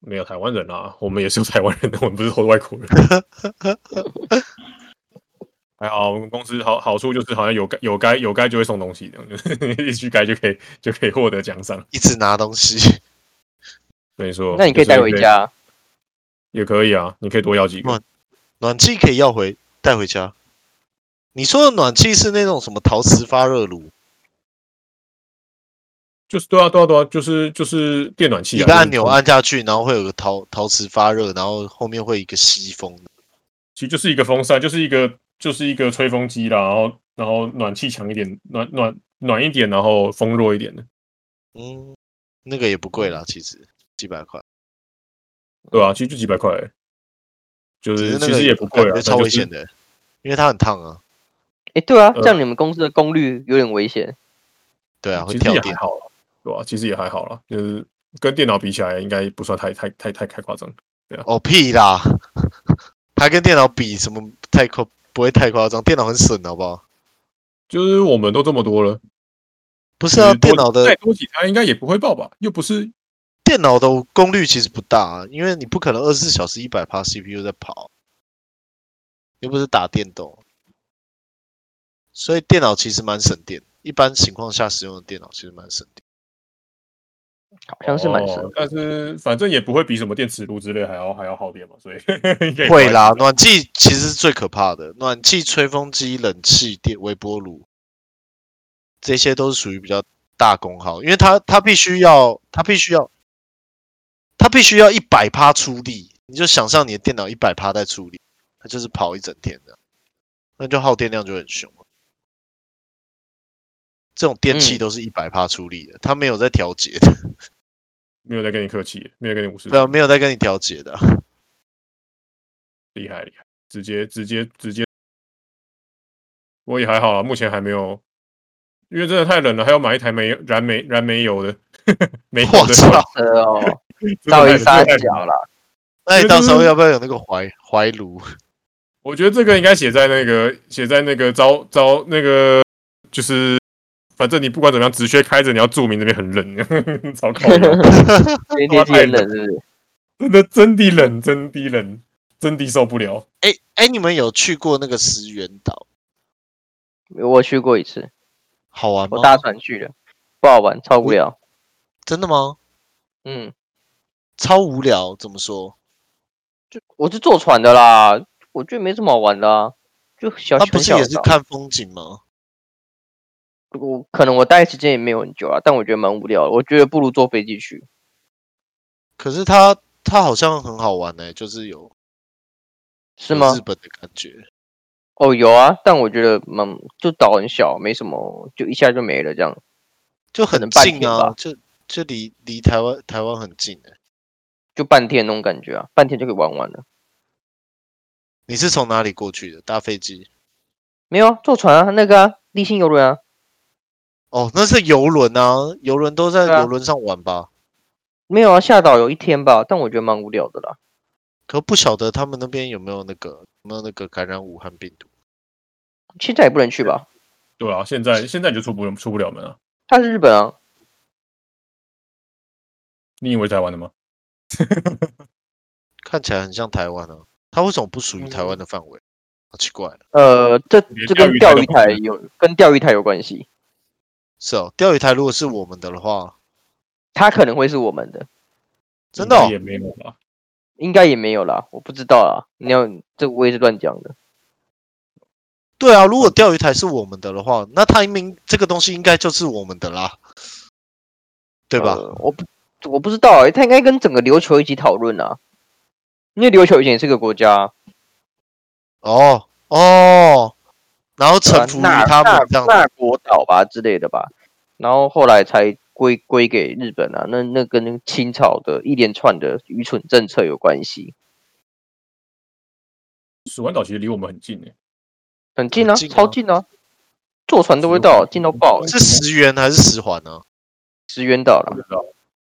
Speaker 2: 没有台湾人啊，我们也是有台湾人的，我们不是偷外国 人。还好，我们公司好好处就是好像有该有该有该就会送东西的，就是 一去该就可以就可以获得奖赏。
Speaker 3: 一直拿东西，
Speaker 2: 所以
Speaker 3: 哦
Speaker 2: 说，
Speaker 1: 那你可以带回家啊，
Speaker 2: 也可以啊，你可以多要几个
Speaker 3: 哇。暖气可以要回带回家。你说的暖气是那种什么陶瓷发热炉，
Speaker 2: 就是对啊，对啊，对啊，就是就是电暖器、啊，
Speaker 3: 一个按钮
Speaker 2: 就是
Speaker 3: 按下去，然后会有个陶陶瓷发热，然后后面会有一个吸风的。
Speaker 2: 其实就是一个风扇，就是一个就是一个吹风机啦，然后然后暖气强一点，暖暖暖一点，然后风弱一点的，
Speaker 3: 嗯，那个也不贵
Speaker 2: 嗯
Speaker 3: 啦，其实几百块，
Speaker 2: 对啊，其实就几百块而已，就
Speaker 3: 只
Speaker 2: 是
Speaker 3: 是那
Speaker 2: 其
Speaker 3: 个
Speaker 2: 实也不贵啊，
Speaker 3: 感觉
Speaker 2: 但
Speaker 3: 超
Speaker 2: 就
Speaker 3: 危
Speaker 2: 是
Speaker 3: 险的，因为它很烫啊。
Speaker 1: 诶、对啊，
Speaker 2: 呃
Speaker 1: 这样你们公司的功率有点危险。
Speaker 3: 对啊，会
Speaker 2: 其实
Speaker 3: 跳
Speaker 2: 也还
Speaker 3: 电。
Speaker 2: 好啦，对吧、啊其实也还好啦，就是跟电脑比起来，应该不算太太太太太夸张。
Speaker 3: 哦屁啦， 它跟电脑比什么太夸不会太夸张，电脑很省好不好？
Speaker 2: 就是我们都这么多了，
Speaker 3: 不是啊，
Speaker 2: 就是多
Speaker 3: 电脑的
Speaker 2: 再多几台应该也不会爆吧？又不是
Speaker 3: 电脑的功率其实不大、啊，因为你不可能二十四小时一百趴 CPU 在跑，又不是打电动，所以电脑其实蛮省电。一般情况下使用的电脑其实蛮省电。
Speaker 1: 好像是蛮深
Speaker 2: 哦，但是反正也不会比什么电磁炉之类还要还要耗电嘛，所以 应该也不
Speaker 3: 会啦，暖气其实是最可怕的，暖气、吹风机、冷气、电微波炉，这些都是属于比较大功耗，因为它它必须要它必须要它必须要一百趴出力，你就想象你的电脑一百趴在出力，它就是跑一整天的，那就耗电量就很凶了。这种电器
Speaker 1: 嗯
Speaker 3: 都是一百趴出力的，它没有在调节的，
Speaker 2: 没有在跟你客气，没有跟你五十
Speaker 3: 对啊，没有在跟你调节的啊、
Speaker 2: 厉害厉害，直接直接直接，我也还好啊，目前还没有，因为真的太冷了，还要买一台煤燃煤燃煤油的， 煤油
Speaker 3: 我
Speaker 2: 的，
Speaker 3: 操！
Speaker 1: 呃哦，
Speaker 2: 真的
Speaker 1: 稍微
Speaker 2: 太
Speaker 1: 撒
Speaker 2: 真的太
Speaker 1: 小啦。
Speaker 3: 那你到时
Speaker 2: 就
Speaker 3: 候
Speaker 2: 是
Speaker 3: 要不要有那个怀怀炉？
Speaker 2: 我觉得这个应该写在那个写在那个招招那个，就是反正你不管怎么样，直缺开着，你要注明那边很冷， 超靠 腰
Speaker 1: 因为天气很冷，是不是？
Speaker 2: 真的真的冷，真的冷，真的受不了。
Speaker 3: 哎、哎、你们有去过那个石原岛？
Speaker 1: 我去过一次，
Speaker 3: 好玩吗
Speaker 1: 我？搭船去的，不好玩，超无聊。
Speaker 3: 真的吗？
Speaker 1: 嗯，
Speaker 3: 超无聊，怎么说？
Speaker 1: 我是坐船的啦，我觉得没什么好玩的啊，就小
Speaker 3: 它不是
Speaker 1: 很小
Speaker 3: 也
Speaker 1: 的
Speaker 3: 是
Speaker 1: 岛
Speaker 3: 看风景吗？
Speaker 1: 我可能我待时间也没有很久啊，但我觉得蛮无聊的。我觉得不如坐飞机去。
Speaker 3: 可是它它好像很好玩呢、欸就是有
Speaker 1: 是
Speaker 3: 有
Speaker 1: 吗
Speaker 3: 日？本的感觉。
Speaker 1: 哦，有啊，但我觉得蛮就岛很小，没什么，就一下就没了这样。
Speaker 3: 就
Speaker 1: 能
Speaker 3: 很
Speaker 1: 半
Speaker 3: 近
Speaker 1: 天
Speaker 3: 啊
Speaker 1: 吧，
Speaker 3: 就就离离台湾台湾很近哎、
Speaker 1: 就半天那种感觉啊，半天就可以玩完了。
Speaker 3: 你是从哪里过去的？搭飞机？
Speaker 1: 没有啊，坐船啊，那个啊，立新游轮啊，
Speaker 3: 哦，那是游轮啊，游轮都在
Speaker 1: 对啊
Speaker 3: 游轮上玩吧？
Speaker 1: 没有啊，下岛有一天吧，但我觉得蛮无聊的啦。
Speaker 3: 可不晓得他们那边有没有那个有没有那个感染武汉病毒？
Speaker 1: 现在也不能去吧？
Speaker 2: 对啊，现在现在你就出不出不了门啊？
Speaker 1: 它是日本啊，
Speaker 2: 你以为台湾的吗？
Speaker 3: 看起来很像台湾啊，它为什么
Speaker 1: 嗯
Speaker 3: 不属于台湾的范围？好奇怪。
Speaker 1: 呃，这
Speaker 2: 连
Speaker 1: 这跟
Speaker 2: 钓
Speaker 1: 钓
Speaker 2: 鱼
Speaker 1: 鱼
Speaker 2: 台
Speaker 1: 台
Speaker 2: 都
Speaker 1: 有跟钓鱼台有关系。
Speaker 3: 是哦，钓鱼台如果是我们的的话，
Speaker 1: 他可能会是我们的，
Speaker 3: 真的哦
Speaker 2: 应该也没有吧？
Speaker 1: 应该也没有啦，我不知道啦。你要这我也是乱讲的，
Speaker 3: 对啊，如果钓鱼台是我们的的话，那台明这个东西应该就是我们的啦，对吧？
Speaker 1: 呃我不我不知道、欸，他应该跟整个琉球一起讨论啊，因为琉球以前也是个国家啊、
Speaker 2: 呃
Speaker 3: 哦哦，然后臣服于
Speaker 1: 啊那
Speaker 3: 他们这样子，
Speaker 1: 那国岛吧之类的吧，然后后来才归归给日本啊，那那跟清朝的一连串的愚蠢政策有关系，
Speaker 2: 蜀湾岛其实离我们很近欸诶，
Speaker 1: 很近啊，
Speaker 3: 很近啊
Speaker 1: 超近啊，坐船都会到，近到爆、欸，
Speaker 3: 是石原还是石环呢、
Speaker 1: 石原岛
Speaker 2: 不
Speaker 1: 啦，
Speaker 2: 知道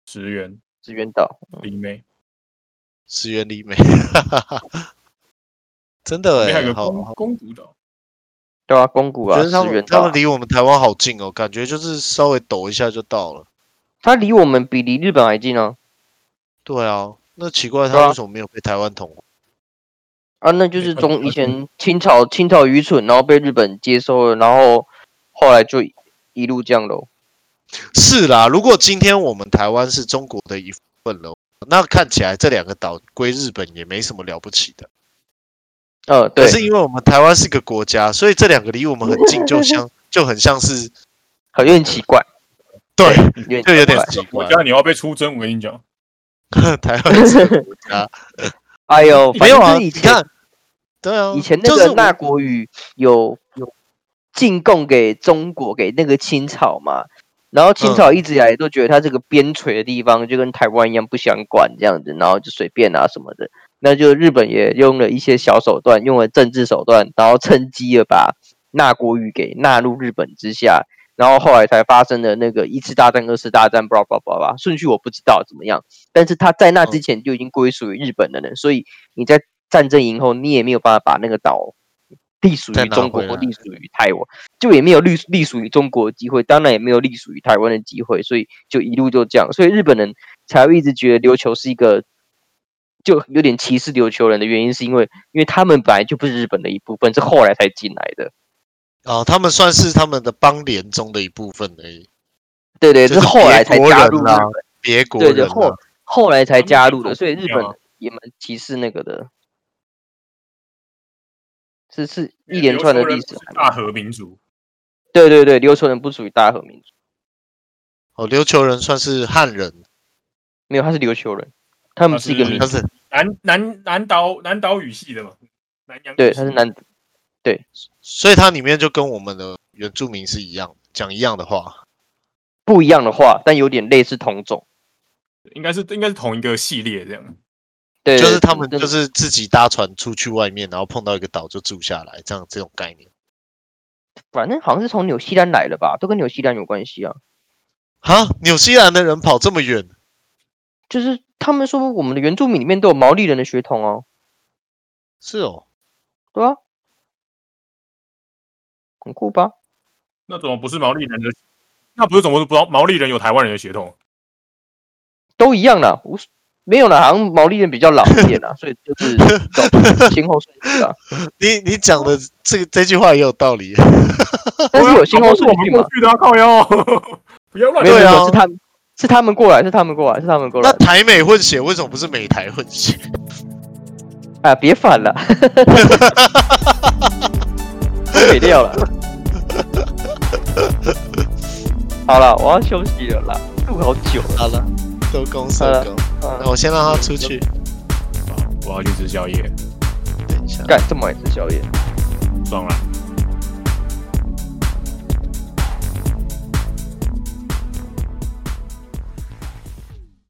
Speaker 2: 石原
Speaker 1: 石原岛，
Speaker 2: 里妹，
Speaker 3: 石原里美， 真
Speaker 2: 里
Speaker 3: 的
Speaker 2: 面还
Speaker 3: 哎、
Speaker 2: 有个
Speaker 3: 好，
Speaker 2: 公公主岛，
Speaker 1: 对啊，宫古
Speaker 3: 我
Speaker 1: 啊，
Speaker 3: 觉得他
Speaker 1: 石原
Speaker 3: 们
Speaker 1: 岛
Speaker 3: 他
Speaker 1: 啊
Speaker 3: 们，离我们台湾好近哦，感觉就是稍微抖一下就到了。
Speaker 1: 它离我们比离日本还近啊，
Speaker 3: 对啊，那奇怪，
Speaker 1: 对
Speaker 3: 他
Speaker 1: 啊
Speaker 3: 为什么没有被台湾统？
Speaker 1: 啊，那就是
Speaker 2: 没
Speaker 1: 中
Speaker 2: 办法
Speaker 1: 以前清朝清朝愚蠢，然后被日本接收了，然后后来就一路降楼，
Speaker 3: 是啦，如果今天我们台湾是中国的一份了，那看起来这两个岛归日本也没什么了不起的。
Speaker 1: 呃，对
Speaker 3: 可，是因为我们台湾是个国家，所以这两个离我们很近，就 像就很像是
Speaker 1: 很有点奇怪，
Speaker 3: 对，
Speaker 1: 有点
Speaker 3: 就有点
Speaker 1: 奇
Speaker 3: 奇
Speaker 2: 我
Speaker 3: 怪。
Speaker 2: 家你要被出征，我跟你讲，
Speaker 3: 台湾
Speaker 1: 怪
Speaker 3: 啊
Speaker 1: 哎呦，反
Speaker 3: 没有
Speaker 1: 正
Speaker 3: 啊，
Speaker 1: 就是以
Speaker 3: 你
Speaker 1: 前
Speaker 3: 看，对啊，
Speaker 1: 以前那
Speaker 3: 就是
Speaker 1: 个
Speaker 3: 我
Speaker 1: 那国语有有进贡给中国给那个清朝嘛，然后清
Speaker 3: 嗯
Speaker 1: 朝一直以来都觉得它这个边陲的地方就跟台湾一样不想管这样子，然后就随便啊什么的。那就日本也用了一些小手段，用了政治手段，然后趁机的把那国语给纳入日本之下，然后后来才发生了那个一次大战、二次大战，巴拉巴拉巴拉，顺序我不知道怎么样，但是他在那
Speaker 3: 嗯
Speaker 1: 之前就已经归属于日本的人，所以你在战争赢后，你也没有办法把那个岛隶属
Speaker 3: 再
Speaker 1: 于
Speaker 3: 拿
Speaker 1: 中国
Speaker 3: 回
Speaker 1: 或
Speaker 3: 来
Speaker 1: 隶属于台湾，就也没有隶隶属于中国的机会，当然也没有隶属于台湾的机会，所以就一路就这样，所以日本人才会一直觉得琉球是一个。就有点歧视琉球人的原因，是因为因为他们本来就不是日本的一部分，是后来才进来的。
Speaker 3: 哦，他们算是他们的邦联中的一部分而已，
Speaker 1: 对对，
Speaker 3: 就是
Speaker 1: 后来才
Speaker 3: 别国
Speaker 1: 加
Speaker 3: 人
Speaker 1: 入日
Speaker 3: 啦
Speaker 1: 本
Speaker 3: 别国
Speaker 1: 对
Speaker 3: 人、
Speaker 1: 对，
Speaker 3: 啊。
Speaker 1: 后后来才
Speaker 2: 他们
Speaker 1: 加
Speaker 2: 也
Speaker 1: 入的，
Speaker 2: 走
Speaker 1: 所以
Speaker 2: 不
Speaker 1: 日
Speaker 2: 一
Speaker 1: 本
Speaker 2: 样啊
Speaker 1: 也蛮歧视那个的，是是一
Speaker 2: 因为
Speaker 1: 连串的
Speaker 2: 琉球人
Speaker 1: 历史
Speaker 2: 不是
Speaker 1: 还蛮。
Speaker 2: 大和民族，
Speaker 1: 对对对，琉球人不属于大和民族，
Speaker 3: 哦，琉球人算是汉人，
Speaker 1: 没有，他是琉球人，他们
Speaker 2: 他
Speaker 1: 是一个
Speaker 2: 是
Speaker 1: 民
Speaker 3: 他
Speaker 1: 族，
Speaker 3: 是
Speaker 2: 南南南岛南岛语系的嘛，南洋语
Speaker 1: 对，
Speaker 2: 系
Speaker 1: 他是南，
Speaker 3: 所以它里面就跟我们的原住民是一样，讲一样的话。
Speaker 1: 不一样的话，但有点类似同种。
Speaker 2: 应该是应该是同一个系列这样。
Speaker 1: 对，
Speaker 3: 就是他们
Speaker 1: 真
Speaker 3: 就
Speaker 1: 的
Speaker 3: 是自己搭船出去外面，然后碰到一个岛就住下来，这样这种概念。
Speaker 1: 反正好像是从纽西兰来的吧，都跟纽西兰有关系啊。
Speaker 3: 哈，纽西兰的人跑这么远，
Speaker 1: 就是他们说我们的原住民里面都有毛利人的血统哦，
Speaker 3: 是哦，
Speaker 1: 对啊，很酷吧？
Speaker 2: 那怎么不是毛利人的？那不是怎么不毛利人有台湾人的血统？
Speaker 1: 都一样啦，无没有啦，好像毛利人比较老一点啦，所以就是走先后顺序啦。
Speaker 3: 你你讲的这这句话也有道理。
Speaker 1: 但是有先
Speaker 2: 新
Speaker 1: 后
Speaker 2: 公是
Speaker 1: 顺
Speaker 2: 我们
Speaker 1: 序嘛
Speaker 2: 过？去的啊，靠腰， 不要乱
Speaker 1: 没有
Speaker 3: 对
Speaker 1: 没
Speaker 3: 啊
Speaker 1: 有，是他们是他们过来，是他们过来，是他们过来
Speaker 3: 那。台美混血为什么不是美台混血？
Speaker 1: 啊，别反了，都给掉了。好了，我要休息了啦，录好久了。
Speaker 3: 好了，都攻受
Speaker 1: 好了
Speaker 3: 攻，
Speaker 1: 嗯
Speaker 3: 那我先让他出去，
Speaker 2: 我要去吃宵夜，
Speaker 3: 等一下。
Speaker 1: 干这么晚吃宵夜。
Speaker 2: 爽了。